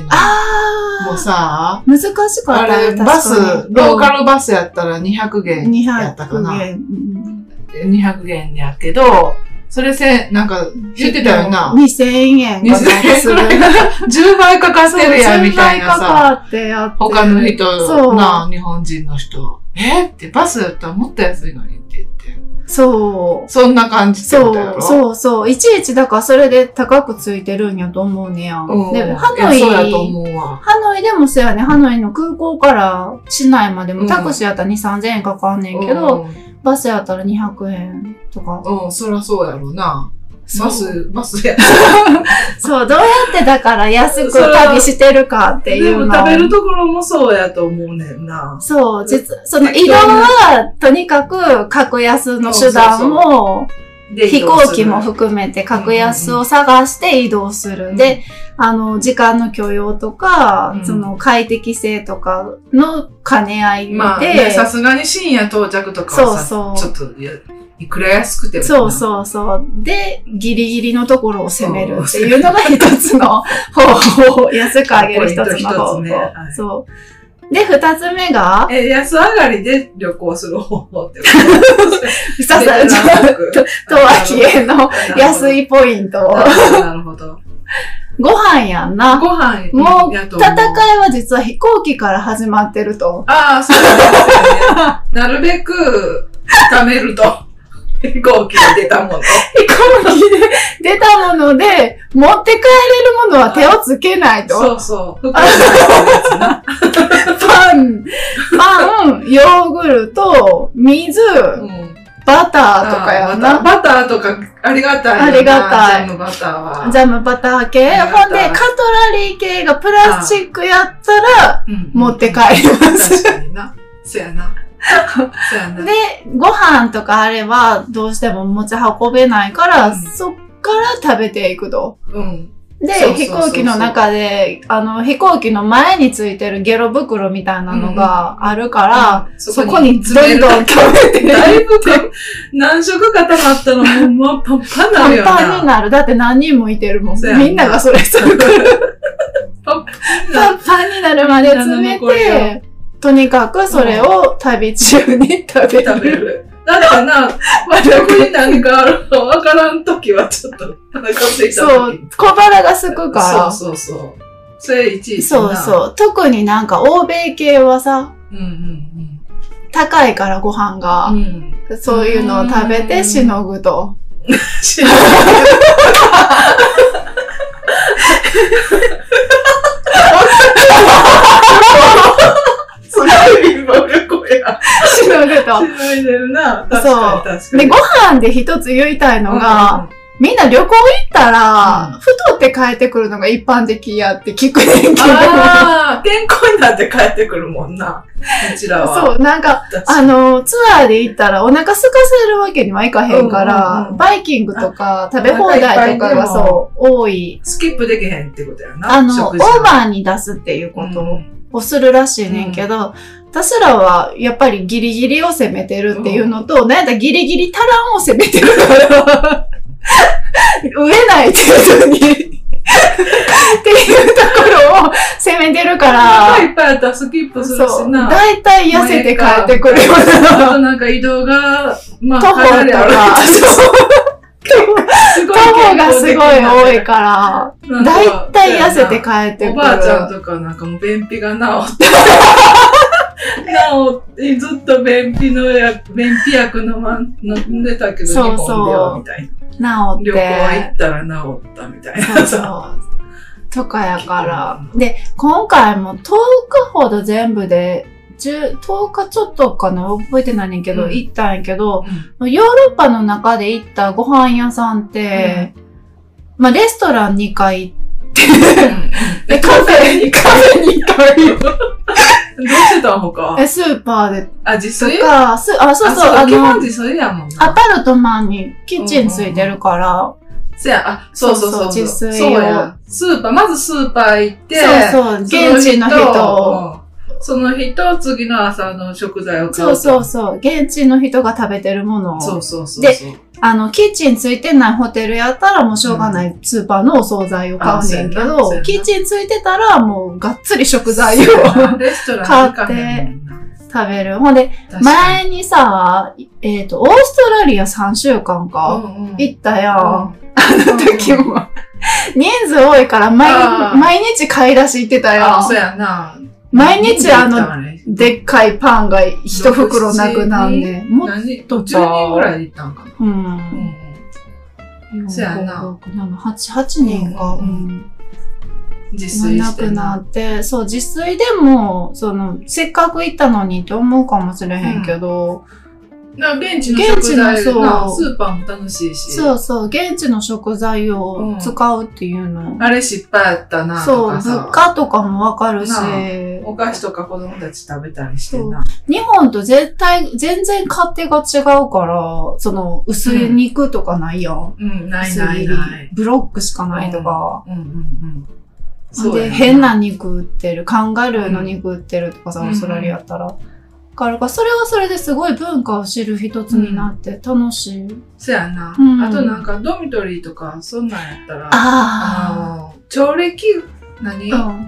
A: もうさ、
B: 難しかった
A: あれ、バス、ローカルバスやったら200元やったかな。200元。200元やけど、それせ、なんか、言ってたよな。
B: 2000円
A: かかする。10倍かかってるやん、みたいなさ。
B: かかってやって。
A: 他の人、な、日本人の人。えって、バスだったらもっと安いのにって言って。。
B: そう
A: そんな感じって
B: ことやろそうそういちいち、だからそれで高くついてるんやと思うねや。うん、で、ハノイ、ハノイでもそうやね、ハノイの空港から市内までもタクシーやったら2、3000円かかんねんけど、うん、バスやったら200円とか。
A: うん、そりゃそうやろな。バス、バスや。
B: そう、どうやってだから安く旅してるかってい
A: の。で
B: う
A: も食べるところもそうやと思うねんな。
B: そう、実、その移動は、とにかく格安の手段も、飛行機も含めて格安を探して移動する。で、あの、時間の許容とか、うん、その快適性とかの兼ね合いで。ま
A: あ、さすがに深夜到着とかはそうそうちょっとや、いくら安くても。
B: そうそうそう。で、ギリギリのところを攻めるっていうのが一つの方法。安く上げる一つの方法。ねはい、そう。で、二つ目が。
A: え、安上がりで旅行する方法 ってこと
B: ささ、ちょっ と、とわき への安いポイントを。
A: なるほど。
B: ご飯やんな。
A: ご飯
B: もう、戦いは実は飛行機から始まってると。
A: ああ、そう だ、ね。なるべく、貯めると。飛行機で出たもの。
B: 飛行機で出たもので、持って帰れるものは手をつけないと。
A: そうそう。パ
B: ン、パン、ヨーグルト、水、うん、バターとかやな。
A: バターとかありがたい
B: ありがた
A: い。ジャムバターは。
B: ジャムバター系。ほんで、カトラリー系がプラスチックやったら、持って帰ります。
A: 確かにな。そうやな。
B: で、ご飯とかあれば、どうしても持ち運べないから、うん、そっから食べていくと。うん、で、飛行機の中で、あの、飛行機の前についてるゲロ袋みたいなのがあるから、うん、そこにどんどん食 べて
A: だいぶ、何食かたかったのも、まあ、パンパンなるよな。
B: パンパンになる。だって何人もいてるもん。みんながそれするから。
A: パン
B: パンパンになるまで詰めて、とにかくそれを旅中に食べ
A: 食べ
B: る。
A: る。だからな、まあ、逆に何かあるかわからんときはちょっと、お腹すいた
B: そ
A: 時
B: う、小腹がすくから。
A: そうそうそう。それいちいち
B: そうそう。特になんか欧米系はさ、
A: う。うんうん
B: 高いからご飯
A: うん。
B: が、
A: うん。
B: そういうのを食べ
A: う
B: て
A: ん
B: しのぐと。
A: 知らないすごい貧乏旅行や。
B: しのぐと。
A: しのいでるな。確かに確かに。
B: で、ご飯で一つ言いたいのが、
A: うん、
B: みんな旅行行った
A: う
B: ら、太って帰ってくるのが一般的やって聞くねんけど、
A: ああ、健康になって帰ってくるもんな。うちらは。う。
B: そう、なんか、あの、ツアーで行ったらお腹空かせるわけにはいかへんから、
A: うんうんうん
B: バイキングとか食べ放題とかがそう、多い。
A: スキップできへんってことやな。
B: あの、オ
A: 食
B: ー
A: 事
B: バーに出すっていうことをするらしいねんけど、私らはやっぱりギリギリを攻めてるっていうのと、なんやったらギリギリ足らんを攻めてる から、飢えない程度に、っていうところを攻めてるか
A: お腹
B: ら、
A: いっぱいあったらスキップす
B: そ
A: るし
B: う、
A: な。
B: だいたい痩せて帰ってくるよう
A: あ
B: な。
A: となんか移動が、まあ、
B: 徒歩
A: かなり
B: と
A: ある
B: か、そう
A: すご
B: 徒
A: い
B: 歩がすごい多い
A: い。
B: か
A: な
B: ら、
A: んか
B: だいたい痩せて帰ってくる。
A: おばあちゃんとかなんかもう便秘が治って。治って、ずっと便秘のや便秘薬飲,、ま、飲んでたけど、
B: そうそう
A: 日本ではみたいな。
B: 治
A: 旅
B: っ
A: 行行
B: て。
A: ったら治ったみたい
B: そう
A: な
B: そ
A: さ。
B: う。とかやから。で、今回も10日ほど全部で、10, 10日ちょっとかな覚えてないねんけど、
A: うん
B: 行ったんやけど、
A: うん
B: ヨーロッパの中で行ったご飯屋さんって、まあレストラン2回行って、でカフェに、カフェに1回行っ
A: どうしてたん他
B: て、スーパーで
A: あ、自炊
B: とか、すあ、そうそう、
A: あ
B: あ
A: 基本
B: の、
A: 自炊やもん
B: ア
A: な。
B: パルトマンにキッチンついてるから、
A: せや、あ、そうそうそう。
B: そうそう自炊
A: そう
B: を
A: や。スーパー、まずスーパー行って、
B: そうそう、現地の人を。
A: うんその人、次の朝の食材を買う
B: そう
A: と。
B: そうそう、現地の人が食べてるものを。
A: そうそうそう。
B: であの、キッチンついてないホテルやったらもうしょうがないスーパーのお惣菜を買うねんけ
A: あそうやなそう
B: ど
A: や、な
B: キッチンついてたらもうがっつり食材を
A: レストランに行かへんもんな。
B: 食べる。ほんで、
A: 確かに
B: 前にさ、えっ、と、オーストラリア3週間か、
A: うんうん
B: 行ったやん。あ
A: うん
B: の時も。人数多いから
A: あー
B: 毎、毎日買い出し行ってたや
A: あ、
B: ん
A: そう。やな。
B: 毎日あの、
A: の、
B: でっかいパンが一袋なくなんで、もっ
A: 何
B: と
A: ?10 人ぐらいで行ったんかな。う
B: う。
A: んんそうやな
B: 8、八人か。
A: う
B: うんん。
A: 自炊
B: な
A: して
B: くなって、そう、自炊でも、その、せっかく行ったのにって思うかもしれへんけど、
A: なんか現地の食材
B: 現地の
A: な、
B: そう
A: スーパーも楽しいし。
B: そうそう、現地の食材を使うっていうの。
A: あれ失敗やったな、と
B: そ
A: か
B: う、物
A: さ。
B: 価とかもわかるし、
A: なあお菓子とか子供たち食べたりしてんな。
B: 日本と絶対、全然勝手が違うから、その、薄い肉とかないやん。
A: うん、ない
B: 薄
A: ない
B: 切り
A: ない。
B: ブロックしかないとか。
A: うんうんうん。そうや
B: で、
A: な
B: 変な肉売ってる、カンガルーの肉売ってるとかさ、
A: うん
B: オーストラリアやったら。だから、それはそれですごい文化を知る一つになって楽しい。
A: そやな、
B: うん
A: あとなんかドミトリーとか、そんなんやったら、
B: あ
A: あの、調歴、何、
B: あ。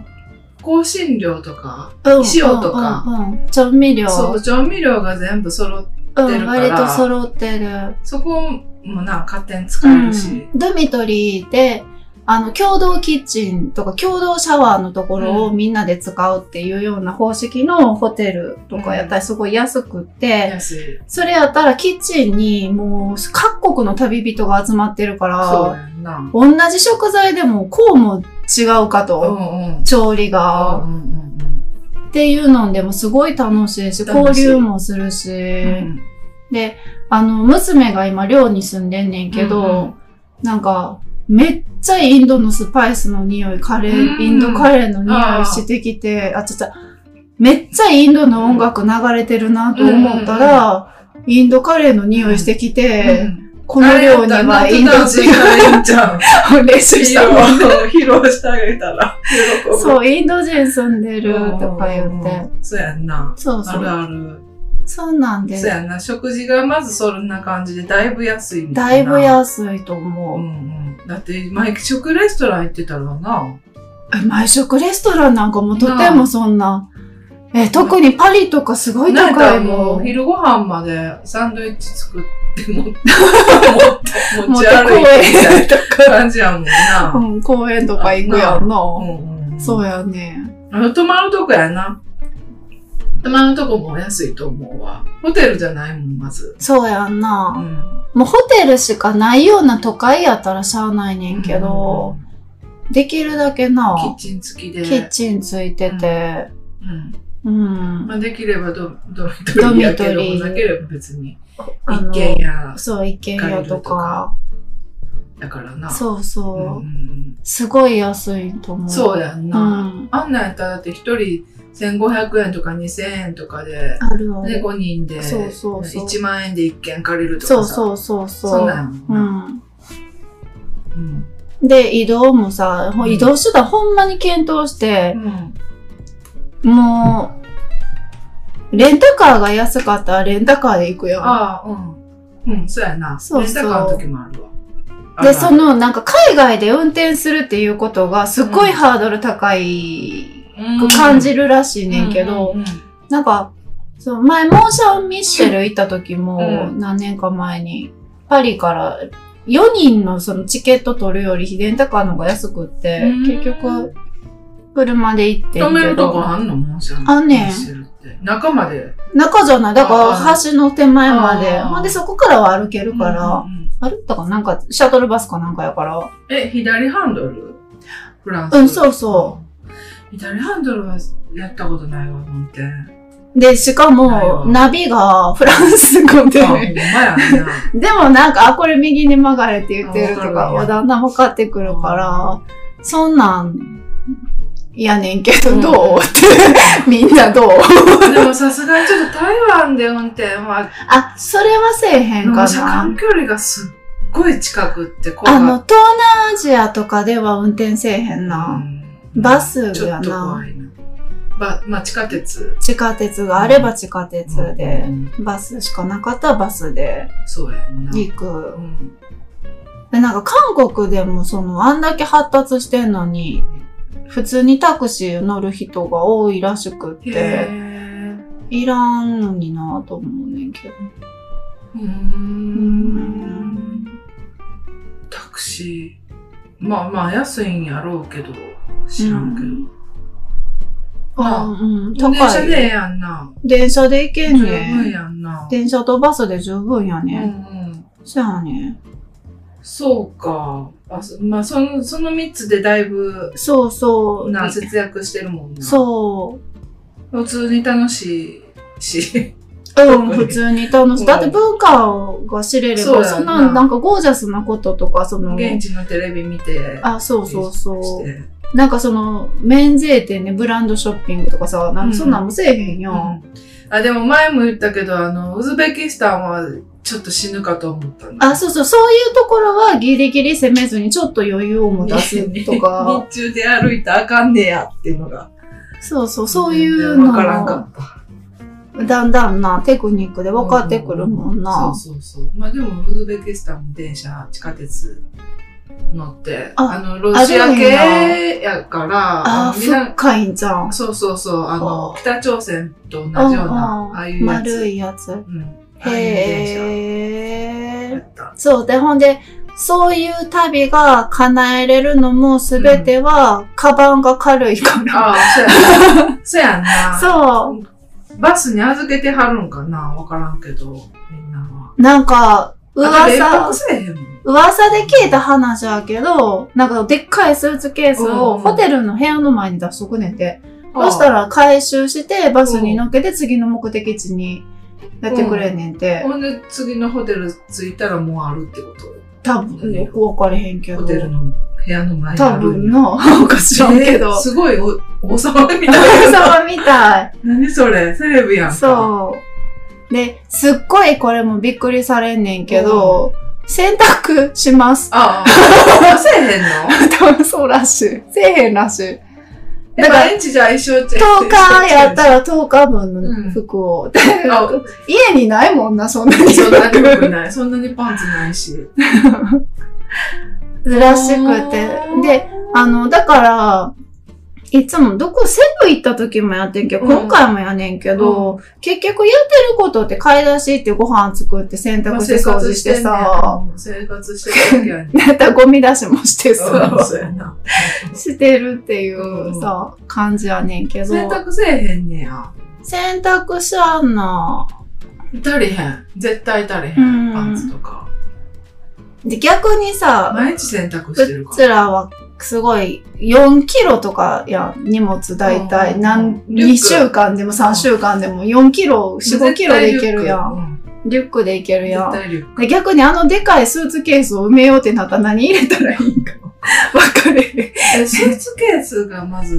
A: 香辛料とか、
B: うん。
A: 塩とか
B: うん。うんうん調味料。
A: そう、調味料が全部揃って、
B: う
A: 出
B: ん。
A: るから
B: 割と揃ってる。
A: そこもな、勝手に使えるし。
B: うんドミトリーで、あの、共同キッチンとか共同シャワーのところをみんなで使うっていうような方式のホテルとかやったりすごい安くって、
A: 安い。
B: それやったらキッチンにもう各国の旅人が集まってるか
A: そう
B: ら、
A: やんな。
B: 同じ食材でもこうも違う
A: う
B: か
A: んう
B: と、
A: ん。
B: 調理
A: う
B: が、
A: んうんうん
B: っていうのでもすごい楽しいし、
A: 楽
B: 交
A: しい
B: 流もするし、
A: うん。
B: で、あの、娘が今寮に住んでんねんけど、
A: うんうん
B: なんか、めっちゃインドのスパイスの匂い、カレー、
A: うん
B: インドカレーの匂いしてきて、あ、ちょっと、めっちゃインドの音楽流れてるなと思ったら、インドカレーの匂いしてきて、
A: うん
B: この量にはインド
A: あれやったら夏
B: 人
A: 男子がいいんちゃう
B: を練習したもん。
A: 披露披露してあげたら、喜ぶ。
B: そう、インド人住んで
A: う
B: る
A: んうんうん
B: とか言って。。
A: そうやんな。
B: そう
A: あ
B: そ
A: る
B: う。
A: ある。
B: そうなんで
A: そうやんな。食事がまずそんな感じで、だいぶ安いみた
B: だ
A: い
B: い
A: な。
B: ぶ安いと
A: う
B: 思う。
A: んうん。だって、毎食レストラン行ってたらな、
B: え毎食レストランなんかもとてもそんな。え、特にパリとかすごい
A: なん
B: 高
A: か
B: い
A: もう、お
B: もん。
A: 昼ご飯までサンドイッチ作って持って、持って、
B: 持
A: 持
B: っ
A: ち
B: て
A: 歩いてみたい
B: 公
A: な感じやもんな。
B: 園、うん、公園とか行くやんな。
A: うんうん、
B: そう
A: や。
B: やね。
A: あの、泊まるとこやな。泊まるとこも安いと思うわ。ホテルじゃないもん、まず。
B: そうやん
A: う
B: な。
A: ん。
B: もうホテルしかないような都会やったらしゃあないねんけど、できるだけ
A: うん、キッ
B: な、
A: チン付きで。
B: キッチンついてて、
A: うん。
B: うん
A: ま。あ、できればドドミトリーやけども、なければ別に。
B: あ
A: 一
B: の
A: 軒家
B: そう、一軒家とか。
A: だからな。
B: そうそうう。
A: ん
B: すごい安いと思う。
A: そうやん
B: う
A: な。
B: ん。
A: あんなんやったらだって一人1500円とか2000円とかで、
B: あるあ
A: ね、
B: る。
A: 5人で、
B: そうそうそう
A: 1万円で1軒借りるとか
B: そ
A: さ。
B: うそうそうそう。
A: そんなんやもん
B: う
A: な。
B: ん。
A: うん。
B: で、移動もさ、ほ
A: うん
B: 移動手段ほんまに検討して、
A: うん。
B: もう、レンタカーが安かったらレンタカーで行くよ。
A: ああ、うん。うん、そうやな。
B: そうそう
A: レンタカーの時もあるわ。あ
B: で、
A: る
B: そ、の、なんか海外で運転するっていうことがすっごいハードル高い、
A: うん
B: 感じるらしいねんけど、
A: ううん
B: なんか、その前、モンシャン・ミッシェル行った時も、
A: う
B: 何年か前に、パリから4人のそのチケット取るよりレンタカーの方が安くって、
A: うん
B: 結局、車で行ってん
A: 止め
B: け
A: るとこ
B: ど、
A: あんのもんじゃん。
B: あんねん
A: してるって中まで。
B: 中じゃない。だか
A: あ
B: ら、橋の手前まで。
A: あー
B: ほんで、そこからは歩けるから、
A: うんうんうん
B: 歩ったかなんか、シャトルバスかなんかやから。
A: え、左ハンドルフランス。
B: うん、そうそ
A: 左ハンドルはやったことないわ、運転。
B: う。で、しか
A: ない
B: も、
A: わ
B: ナビがフランス語で
A: あ、。ほんまやな。
B: でもなんか、あ、これ右に曲がれって言ってると
A: あわか
B: か、
A: るわ
B: おだんだん分かってくるから、そんなん、やねんけど、
A: うん
B: どうって、 みんなどう
A: でもさすがにちょっと台湾で運転は、
B: あ、それはせえへんか
A: 車
B: な
A: 間。距離がすっごい近くって怖
B: あ
A: か
B: の、
A: っ
B: 東南アジアとかでは運転せえへん
A: た
B: な。
A: うん
B: バス
A: ちょ
B: や
A: っと怖
B: な。
A: いな。ば、まあ、地下鉄。
B: 地下鉄があれば地下鉄で
A: う、ん
B: バスしかなかったらバスで
A: そうやもんな。
B: 行
A: う
B: く。
A: ん。
B: で、なんか韓国でもその、あんだけ発達してんのに、普通にタクシー乗る人が多いらしくっ
A: へ
B: て。
A: え。
B: いらんのになぁと思うねんけど。
A: うーん。タクシー。まあまあ、安いんやろうけど、知らんけど。ま
B: あ、う
A: あ、
B: ん、高い。
A: 電車でええやんな。
B: 電車で行け
A: 十
B: ん
A: 分
B: ね。
A: やんな。
B: 電車とバスで十分や
A: うんう
B: ね。
A: ん。
B: そやね。
A: そうか。あそまあ、その、その3つでだいぶ、
B: そうそう。
A: な、節約してるもんな。う。
B: そう。
A: 普通に楽しいし。
B: うん、
A: 特に
B: 普通に楽
A: う
B: しい。
A: ん
B: だって文化が知れれ
A: そうやん
B: ば、
A: な
B: そんな、なんかゴージャスなこととか、その、
A: 現地のテレビ見て。
B: あ、そうそう
A: し
B: そ
A: て。
B: う。なんかその、免税店でブランドショッピングとかさ、なんかそんなんもせえへんやん。
A: あ、でも前も言ったけど、あの、ウズベキスタンはちょっと死ぬかと思ったんだ
B: あ、そうそう、そういうところはギリギリ攻めずにちょっと余裕を持たす とか。
A: 日中で歩いたらあかんねやっていうのが。
B: そうそう、そういう
A: わ
B: の
A: からんかっ
B: も、
A: た。
B: だんだんなテクニックで分かってくるもんな。
A: そうそうそう。まあでも、ウズベキスタンも電車、地下鉄乗って、
B: あ
A: あの、ロシア系やから、
B: ああ、
A: のみんな
B: 深いんじゃん。
A: そうそうそう、あの
B: あ、
A: 北朝鮮と同じような
B: あ、
A: あ
B: あ
A: あいうやつ。
B: 丸いやつ。
A: うん。ああいう電車や
B: へえ。
A: った。
B: そうで、ほんで、そういう旅が叶えれるのも全ては、カバンが軽いから。
A: ああ、 そうやな。そうや
B: そ
A: な。バスに預けてはるんかなわからんけど、みんなは。
B: う。なんか、
A: あれ、冷
B: 噂
A: 酷、せえへんもん。
B: 噂で聞いた話やけど、なんかでっかいスーツケースをホテルの部屋の前に出しとくねんて。そしたら回収して、バスに乗っけて次の目的地にやってくれんねんて。
A: ほんで、次のホテル着いたらもうあるってこと
B: 多分よくわかれへんけど。
A: ホテルの部屋の前にあ
B: 多
A: る
B: 分な、なんか知らんけど。
A: えー
B: そ
A: すごいお、王様みた いな。
B: うみた い。
A: 何それセレブやんか。
B: そう。で、すっごいこれもびっくりされんねんけど、洗濯し ます。
A: ああ、せえへんの
B: 多分そうらしい。せえへんらしい。
A: だ
B: だ
A: か、
B: からら
A: 毎日じゃあ一生チェ
B: 10日やった
A: ら。
B: ら10日分の服を。
A: あ、
B: 家にないもんな、そんなに。
A: そんなにくない。そんなにパンツないし。
B: らしくて。で、あの、だから、いつもどこセブ行った時もやってんけど、
A: うん
B: 今回もやねんけど、結局やってることって買い出し行ってご飯作って洗
A: ま
B: 濯
A: あ
B: して
A: 生
B: 掃
A: 活
B: 除
A: し
B: してて
A: んね
B: さ、
A: うん生活してるだけやね。
B: またゴミ出しもしてさ、
A: そうそうやな。
B: してるっていう
A: うん
B: さ、感じやねんけど、
A: 洗濯せえへんねや。
B: 洗濯しゃんな。
A: 足りへん。絶対足りへ
B: うん
A: ん。パンツとか。
B: で、逆にさ、
A: 毎日洗濯して
B: う
A: るか
B: ちらはすごい4キロとかやん荷物大体
A: うん
B: 何
A: リュック
B: 2週間でも3週間でも4キロ
A: ら。
B: 45キロでいけるやん
A: ん。
B: リュックでいけるや
A: 絶
B: ん
A: 対リュック。
B: で逆にあのでかいスーツケースを埋めようってなったら何入れたらいいんか わかれへん
A: えスーツケースがまず、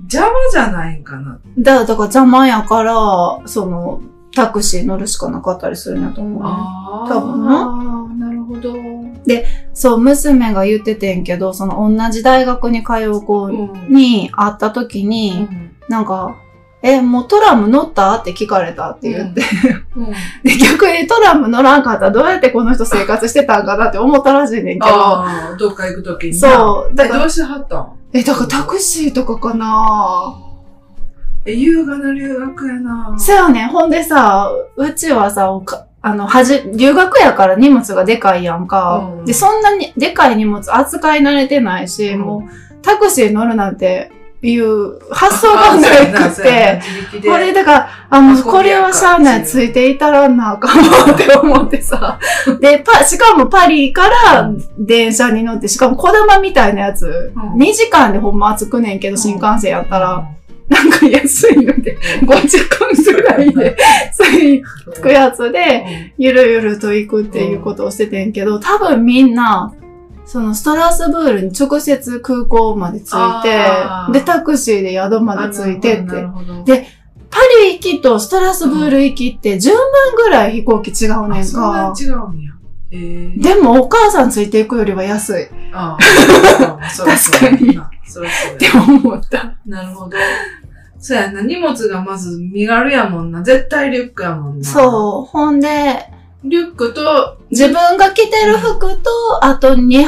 A: 邪魔じゃないんかな。
B: だからだから邪魔やからそのタクシー乗るしかなかったりするんやと思うね
A: あ
B: ー多分
A: なるほど。
B: そう娘が言っててんけどその同じ大学に通う子
A: うん
B: に会った時に、なんか、え、もうトラム乗ったって聞かれたって言って、
A: うん
B: で逆にトラム乗らんかったらどうやってこの人生活してたんかなって思ったらしいねんけど、
A: ああ、どっか行くときにな。
B: そう、だ
A: え、
B: か
A: ど
B: ら、
A: うしてはったん
B: え、だからタクシーとかかな
A: え、優雅な留学やな。
B: そうやねんほんでさ、うちはさ、おかあの、はじ、留学やから荷物がでかいやんか。
A: うん
B: で、そんなにでかい荷物扱い慣れてないし、
A: うん
B: もう、タクシー乗るなんていう発想
A: あ
B: が
A: そうや
B: なく
A: そうや
B: て
A: な、自力で
B: これだから、あの、
A: 運びやか
B: これはしゃあない、ついていたらんなあかもって思ってさ。で、パ、しかもパリから電車に乗って、しかも小玉みたいなやつ、
A: うん
B: 2時間でほんま着くねんけど、新幹線やったら、
A: う
B: なんか安いので、5時間ぐらいで、それに
A: ん
B: 着くやつで、
A: う
B: ゆるゆると行くっていうことをしててんけど、多分みんな、そのストラスブールに直接空港まで着い
A: あー
B: て、で、タクシーで宿ま
A: ん
B: で着いてって
A: な。るほど。
B: でパリ行きとストラスブール行きって10万ぐらい飛行機違うね
A: あ
B: ん
A: そんな
B: か。
A: に違うんや。えー、
B: でもお母さんついていくよりは安い。
A: ああ、そらそうや
B: 確かに
A: な。そらそうや
B: って思った。
A: なるほど。そうやな。荷物がまず身軽やもんな。絶対リュックやもんな。
B: そう。ほんで、
A: う。リュックと、
B: 自分が着てる服と、あと 2,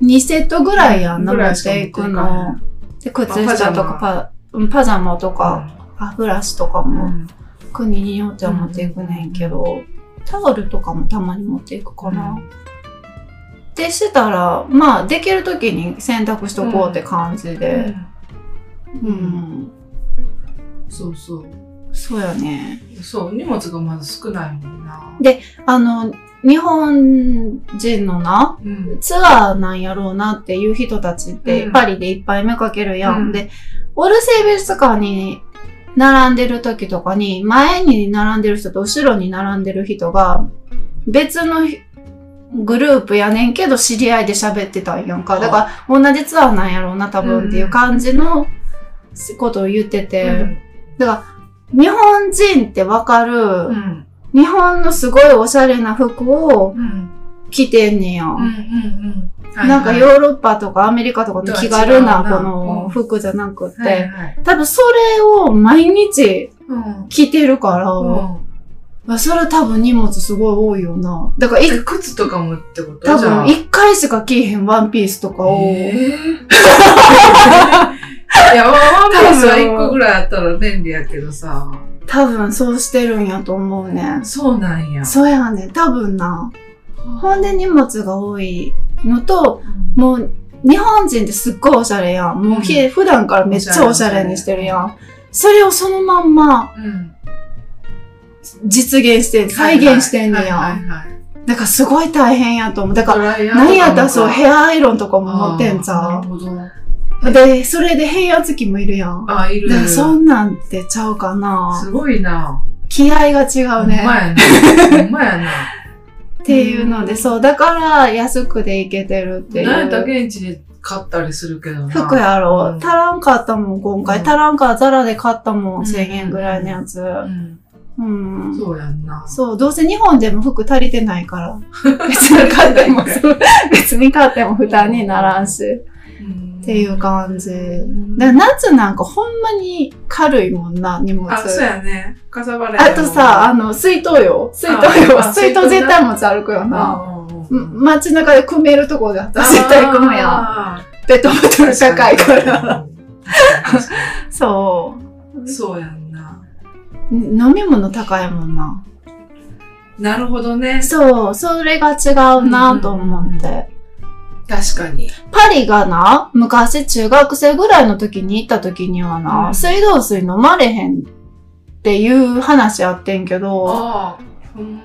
B: 2セットぐらいやんな、
A: ぐ
B: 持
A: らい
B: っ
A: しか
B: て
A: 持って
B: い
A: いか
B: く
A: へん
B: の。で、靴下と
A: まあ
B: かパうんパジャマとか、あブラシとか
A: う
B: も、
A: ん、
B: 国によっては持っていくねんけど、タオルとかもたまに持っていくかな。ってしたら、まあ、できる時に選択しとこうって感じで。
A: うん。う
B: う
A: ん。
B: ん。
A: そうそう。
B: そうやね。
A: そう、荷物がまず少ないもんな。
B: あの、日本人のな、
A: うん。
B: ツアーなんやろうなっていう人たちって、
A: うん
B: パリでいっぱい目かけるやん。
A: うん
B: で、オルセイ美術館に並んでる時とかに、前に並んでる人と後ろに並んでる人が、別のひグループやねんけど、知り合いで喋ってたんやんか。だから、同じツアーなんやろうな、多分っていう感じのことを言ってて。日本人ってわかる、
A: うん。
B: 日本のすごいおしゃれな服を
A: うん。
B: 着てんねや、
A: うん。うん。うん。はいはい
B: なんかヨーロッパとかアメリカとかの気軽な
A: とは違うな
B: この
A: うん
B: 服じゃなくって、
A: はいはい。
B: 多分それを毎日
A: うん。
B: 着てるから、
A: うん
B: あそれ多分荷物すごい多いよな。だからい
A: え、靴とかもってこと
B: 多
A: じゃあ
B: 分一回しか着いへんワンピースとかを、
A: えーいや、ワンピースは1個ぐらいあったら便利やけどさ。
B: 多分そうしてるんやと思うね。
A: そうなんや。
B: そうやね。多分な。ほんで荷物が多いのと、
A: うん
B: もう、日本人ってすっごいおしゃれやん。もうひ、普段からめっちゃおしゃれにしてるやん。それをそのまんま
A: うん。
B: 実現して、再現してんね
A: はい
B: や。
A: はいはいはい。
B: だからすごい大変やと思う。だ
A: ド
B: から、
A: ライヤーとかも
B: 何やったらそう、ヘアアイロンとかも持ってんち
A: あーな
B: ゃ
A: るほど。
B: う。で、それで変圧器もいるやん。だか
A: あー、いる。
B: らそんなんてちゃうかな。
A: すごいな。
B: 気合が違
A: ほ
B: うん
A: まや
B: ね。
A: な。ほんまやな。
B: っていうので、そう、だから安くでいけてるっていう。
A: 何やったら現地で買ったりするけどな。
B: 服やろ
A: う。ん
B: 足らんかったもん、今回。
A: うん
B: 足らんからザラで買ったも
A: うん
B: ん、1000円ぐらいのやつ。
A: うん。
B: うん。
A: そうやんな。
B: そう、どうせ日本でも服足りてな いから。別に買っても、そう別に買っても負担にならんし。
A: うん
B: っていう感じ
A: うん
B: だから夏なんかほんまに軽いもんな、荷物。
A: あ、そう
B: あ
A: やね。かさばれへんもんな
B: とさ、あ、の、水筒よ。水筒よ。
A: ああ
B: 水筒絶対持ち歩くよな。
A: あー
B: うん街中で組めるとこがあったら絶対組むやん。
A: あー
B: ペットボトル高いから。
A: 確かに確か
B: そ
A: にそうやんな。
B: う。飲み物高いもんな。
A: なるほどね。
B: そう、それが違うなと思って。
A: 確かに。
B: パリがな、昔中学生ぐらいの時に行った時にはな、
A: うん
B: 水道水飲まれへんっていう話あってんけど、
A: ああ。うん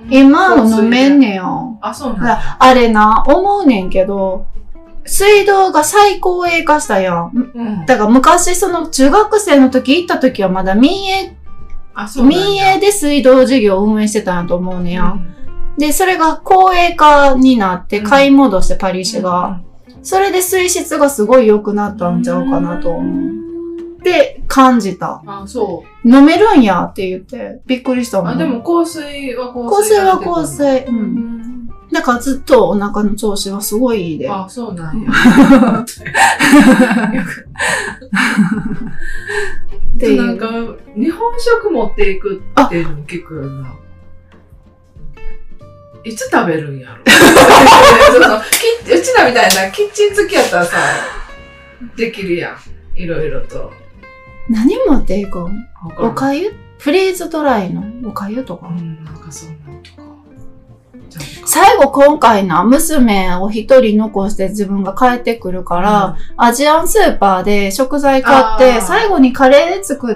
B: 今の飲めん。ねや。
A: あ、そうなん
B: だ
A: だ。
B: あれな、思うねんけど、水道が最高栄化したやん。
A: うん。
B: だから昔その中学生の時行った時はまだ民営、
A: あ、そうなんだ。
B: 民営で水道事業を運営してたんやと思うね
A: うん
B: や。で、それが公営化になって買い戻してパリ市が。それで水質がすごい良くなったんちゃうかなと思う。って感じた。
A: うん。あ、そう。
B: 飲めるんやって言って、びっくりしたもん。
A: あ、でも香水は
B: 香
A: 香水
B: 水
A: が出
B: は
A: てくる。
B: 香水。う。
A: うんん。
B: だからずっとお腹の調子はすごいいいで。
A: あ、そうなんや。
B: ってい
A: なんか
B: う。、
A: 日本食持っていくっていうの聞くよな。いつ食べるんや ろそうそうキッうちらみたいなキッチン付きやったらさ、できるやん。いろいろと。
B: 何持っていくんお
A: ゆ
B: かゆフリーズドライのおかゆと
A: う
B: か。
A: ん、なんかそんなんとか。じゃあ
B: 最後今回な、娘を一人残して自分が帰ってくるから、、アジアンスーパーで食材買っ
A: あ
B: て、
A: ー
B: 最後にカレー作っ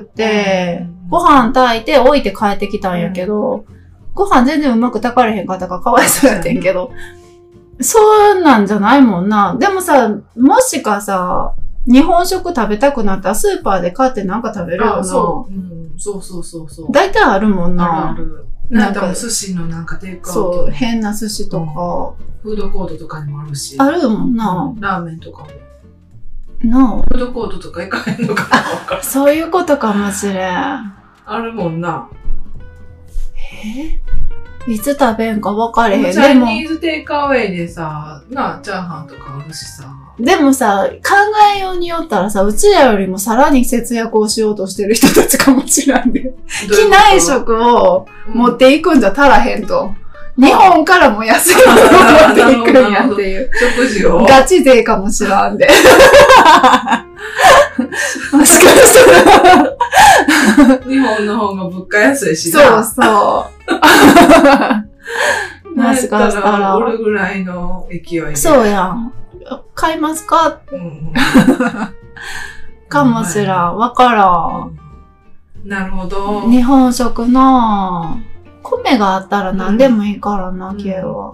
A: う
B: て、
A: ん
B: ご飯炊いて置いて帰ってきたんやけど、ご飯全然うまく炊かれへんかったからかわいそうやってんけ ど、そうなんじゃないもんな。でもさ、もしかさ、日本食食べたくなったらスーパーで買ってなんか食べるよ
A: あ、
B: な。
A: そう。うん、そうそうそうそう。
B: 大体あるもん
A: あ
B: な。
A: るある。なん
B: な
A: か
B: んか
A: 寿司のなんかテイクアウ
B: そう、
A: ト、
B: 変な寿司とか、
A: フードコートとかにもあるし。
B: あるもんな。
A: ラーメンとかも。フ
B: な
A: ードコートとか行かへんのかなわからん
B: あ、そういうことかもしれん。
A: あるもんな。
B: えいつ食べんか分かれへん。
A: チ
B: で
A: ャ
B: も、
A: ニーズテイクアウェイでさ、なあ、チャーハンとかあるしさ。
B: でもさ、考えようによったらさ、うちらよりもさらに節約をしようとしてる人たちかもしれんで。機内食を持
A: も
B: っていくんじゃ足らへんと。日本からも安いものを持っていくんやっていう。
A: 食事を。
B: ガチ勢かもしら んで。もしかしたら。
A: 日本の方が物価安いし
B: そう
A: な。
B: そう。も
A: なんや
B: し
A: った
B: かしたら
A: お。るぐらいの勢いで。
B: そうやん。買いますか
A: うんうん。
B: かもしらん。わか
A: うん。なるほど。
B: らん。日本食なぁ米があったら何でもいいから
A: う
B: な、
A: ん
B: ケイは。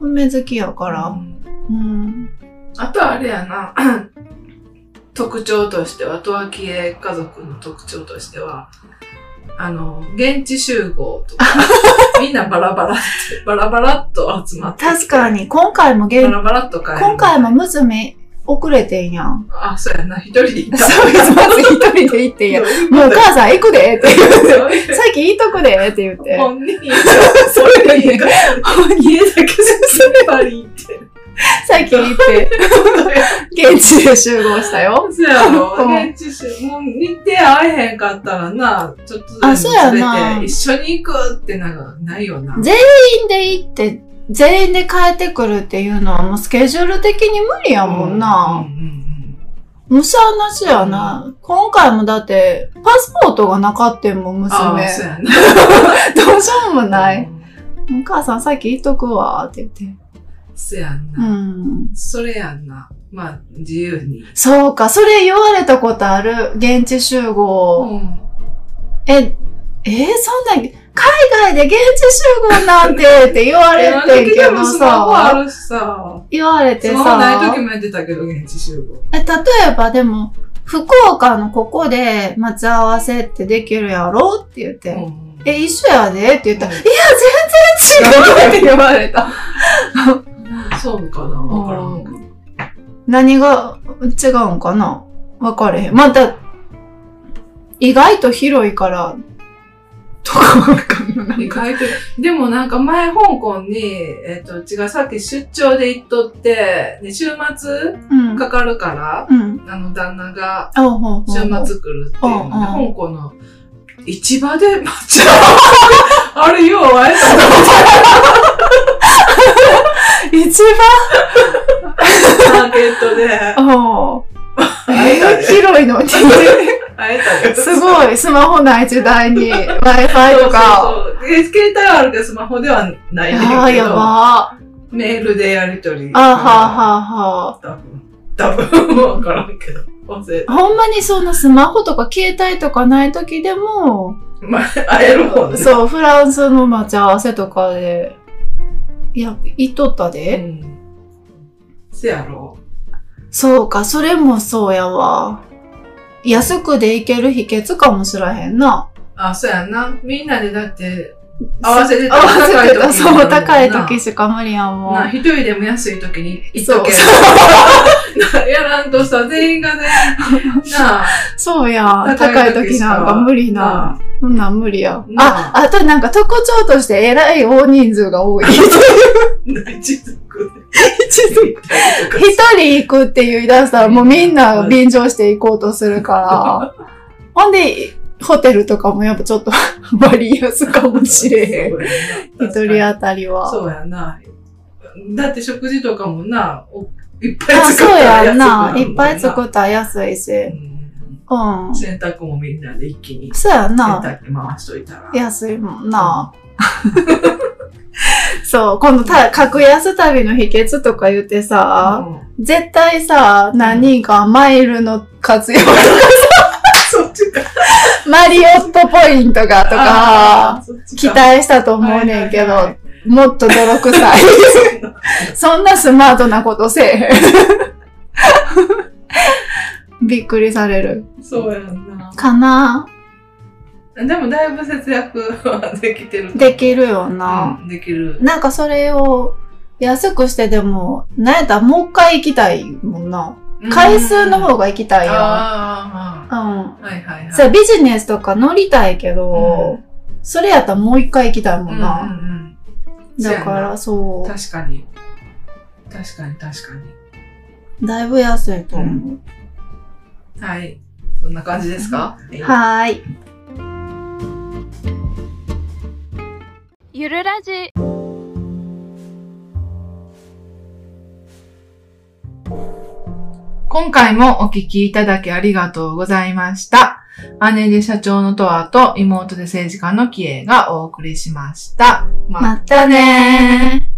B: 米好きやから。うん。
A: あとあれやな、 特徴としては、とわきえ家族の特徴としては、あの、現地集合とか、 みんなバラバラって、バラバラっと集まって。
B: 確か。に、今回もゲ
A: バ
B: ー
A: ラバラっと帰る。
B: 今回も。娘遅れてんや ん。
A: あ、そうやな、一人で行っ
B: そ
A: た。
B: うです、まず一人で行ってんやん。 もうお母さん行くでって言って。 さっきいいとこでって言って。
A: 本人以上、
B: それでいいか
A: 家だけでスーパーに行っ て。
B: さっき行 って、現地で集合したよ。
A: そうやろ、
B: うん
A: 現地集合。もう日程会えへんかったらな、ちょっとずつ
B: あそうやな
A: 連れて一緒に行くってなんかないよな。
B: 全員で行って、全員で帰ってくるっていうのはもうスケジュール的に無理やもんな。
A: うんうんうん
B: むしゃなしやな、今回もだって、パスポートがなかったもん、
A: あ
B: 娘
A: あ、。そうや
B: どうしようも
A: な。
B: ない。。お母さんさっき言っとくわ、って言って。
A: そうやん
B: う
A: な。
B: ん。
A: それやんな。まあ、自由に。
B: そうか、それ言われたことある。現地集合。え、えーそんな、海外で現地集合なんてって言わ
A: あ
B: れてんけ
A: で
B: ど
A: もスマホ
B: さ、
A: あるしさ。
B: 言われて
A: ス
B: さ。
A: マホない時もやってたけど、現地集合。
B: え例えばでも、福岡のここで待ち合わせってできるやろって言って、
A: うん
B: え、一緒やでって言ったら、
A: うん
B: いや、全然違うって言われ た。
A: そうかなわからんけど。
B: 何が違うんかな分かれへん。また、意外と広いから、とかわかんない。
A: 意外と、でもなんか前香港に、えっ、と、違う、さっき出張で行っとって、で週末
B: うん。
A: かかるから、
B: うん。
A: あの、旦那が
B: あ、ほうほうほう。
A: 週末来るっていうので、
B: うん
A: 香港の市場で待ち合わせ。あれよ、あれ
B: 一
A: マーケットで
B: 番、おう
A: 会えたね
B: 広いの に。
A: 会えたね
B: すごい、スマホない時代 に Wi-Fi
A: そう
B: とか。
A: そうそうで携帯はあるけど、スマホではないねん
B: ああ、
A: け
B: や
A: ど、
B: ば。
A: メールでやりとり。
B: あははは
A: 多分。多分、わからんけど。音声
B: ほんまにそんなスマホとか携帯とかない時でも、
A: まあ、会えるもんね。
B: そう、フランスの待ち合わせとかで、いや、行っとった
A: う
B: で。
A: ん。せやろ
B: そうか、それもそうやわ。安くで行ける秘訣かもしらへんな。
A: あ、そうやんな。みんなでだって、合わせて
B: 合わせてた、そう、高い時
A: し
B: しか無理やもん。
A: な、一人でも安い時に行っ
B: そ
A: と
B: う
A: け。 なやらんとさ、全員がね、 なあ、
B: そうやん。高
A: 高
B: い
A: い時
B: 時
A: しか
B: なんか無理な
A: な。
B: そんなん無理や。
A: な
B: あ、あとなんか特徴として偉い大人数が 多い。一
A: 一族で
B: 族
A: 行ったりとか
B: 一人行くって言い出したらもうみんな便乗して行こうとす るから。ほんで、ホテルとかもやっぱちょっと 割安かもしれへん。
A: そうやんな
B: 一人当たりは。
A: そうやな。だって食事とかもな、おいっぱい
B: あ、
A: 作
B: そ
A: っ
B: う
A: たら
B: や
A: 安
B: ん
A: く
B: な
A: な。る
B: い
A: も
B: っ
A: ん
B: ぱい作ったら安いうし。
A: ん
B: うん。
A: 洗濯もみんなで一気に洗
B: そうやんな。
A: 濯機回しといたら。
B: 安いもんな。そう、今度た、格安旅の秘訣とか言ってさ、
A: うん
B: 絶対さ、何人かマイルの 活用、
A: そっちか。
B: マリオットポイントがと
A: あ
B: か、
A: ー、そっち
B: 期
A: か
B: 待したと思うねんけ
A: はいはいは
B: ど
A: い、
B: もっと泥臭い。 そんなスマートなことせえへ ん。びっくりされる。
A: そうやんな。
B: かな
A: でもだいぶ節約はできてる。
B: できるよな。
A: うんできる。
B: なんかそれを安くしてでも、なんやったらもう一回行きたいもんな。回数の
A: が
B: 方が行きたいや
A: あ
B: ん。うん。
A: あ、はいはいはい。
B: さあビジネスとか乗りたいけ
A: う
B: ど、それやったらもう一回行きたいもん
A: うん
B: な。
A: うんうん
B: だから
A: そう
B: そ
A: やな確かに。確かに確かに。
B: う、だいぶ安いと思
A: はい。そんな感じですか
B: う。はーい。
C: ゆるラジ
A: 今回もお聞きいただきありがとうございました。姉で社長のとわと妹で政治家のキエがお送りしました。ま
B: またねー。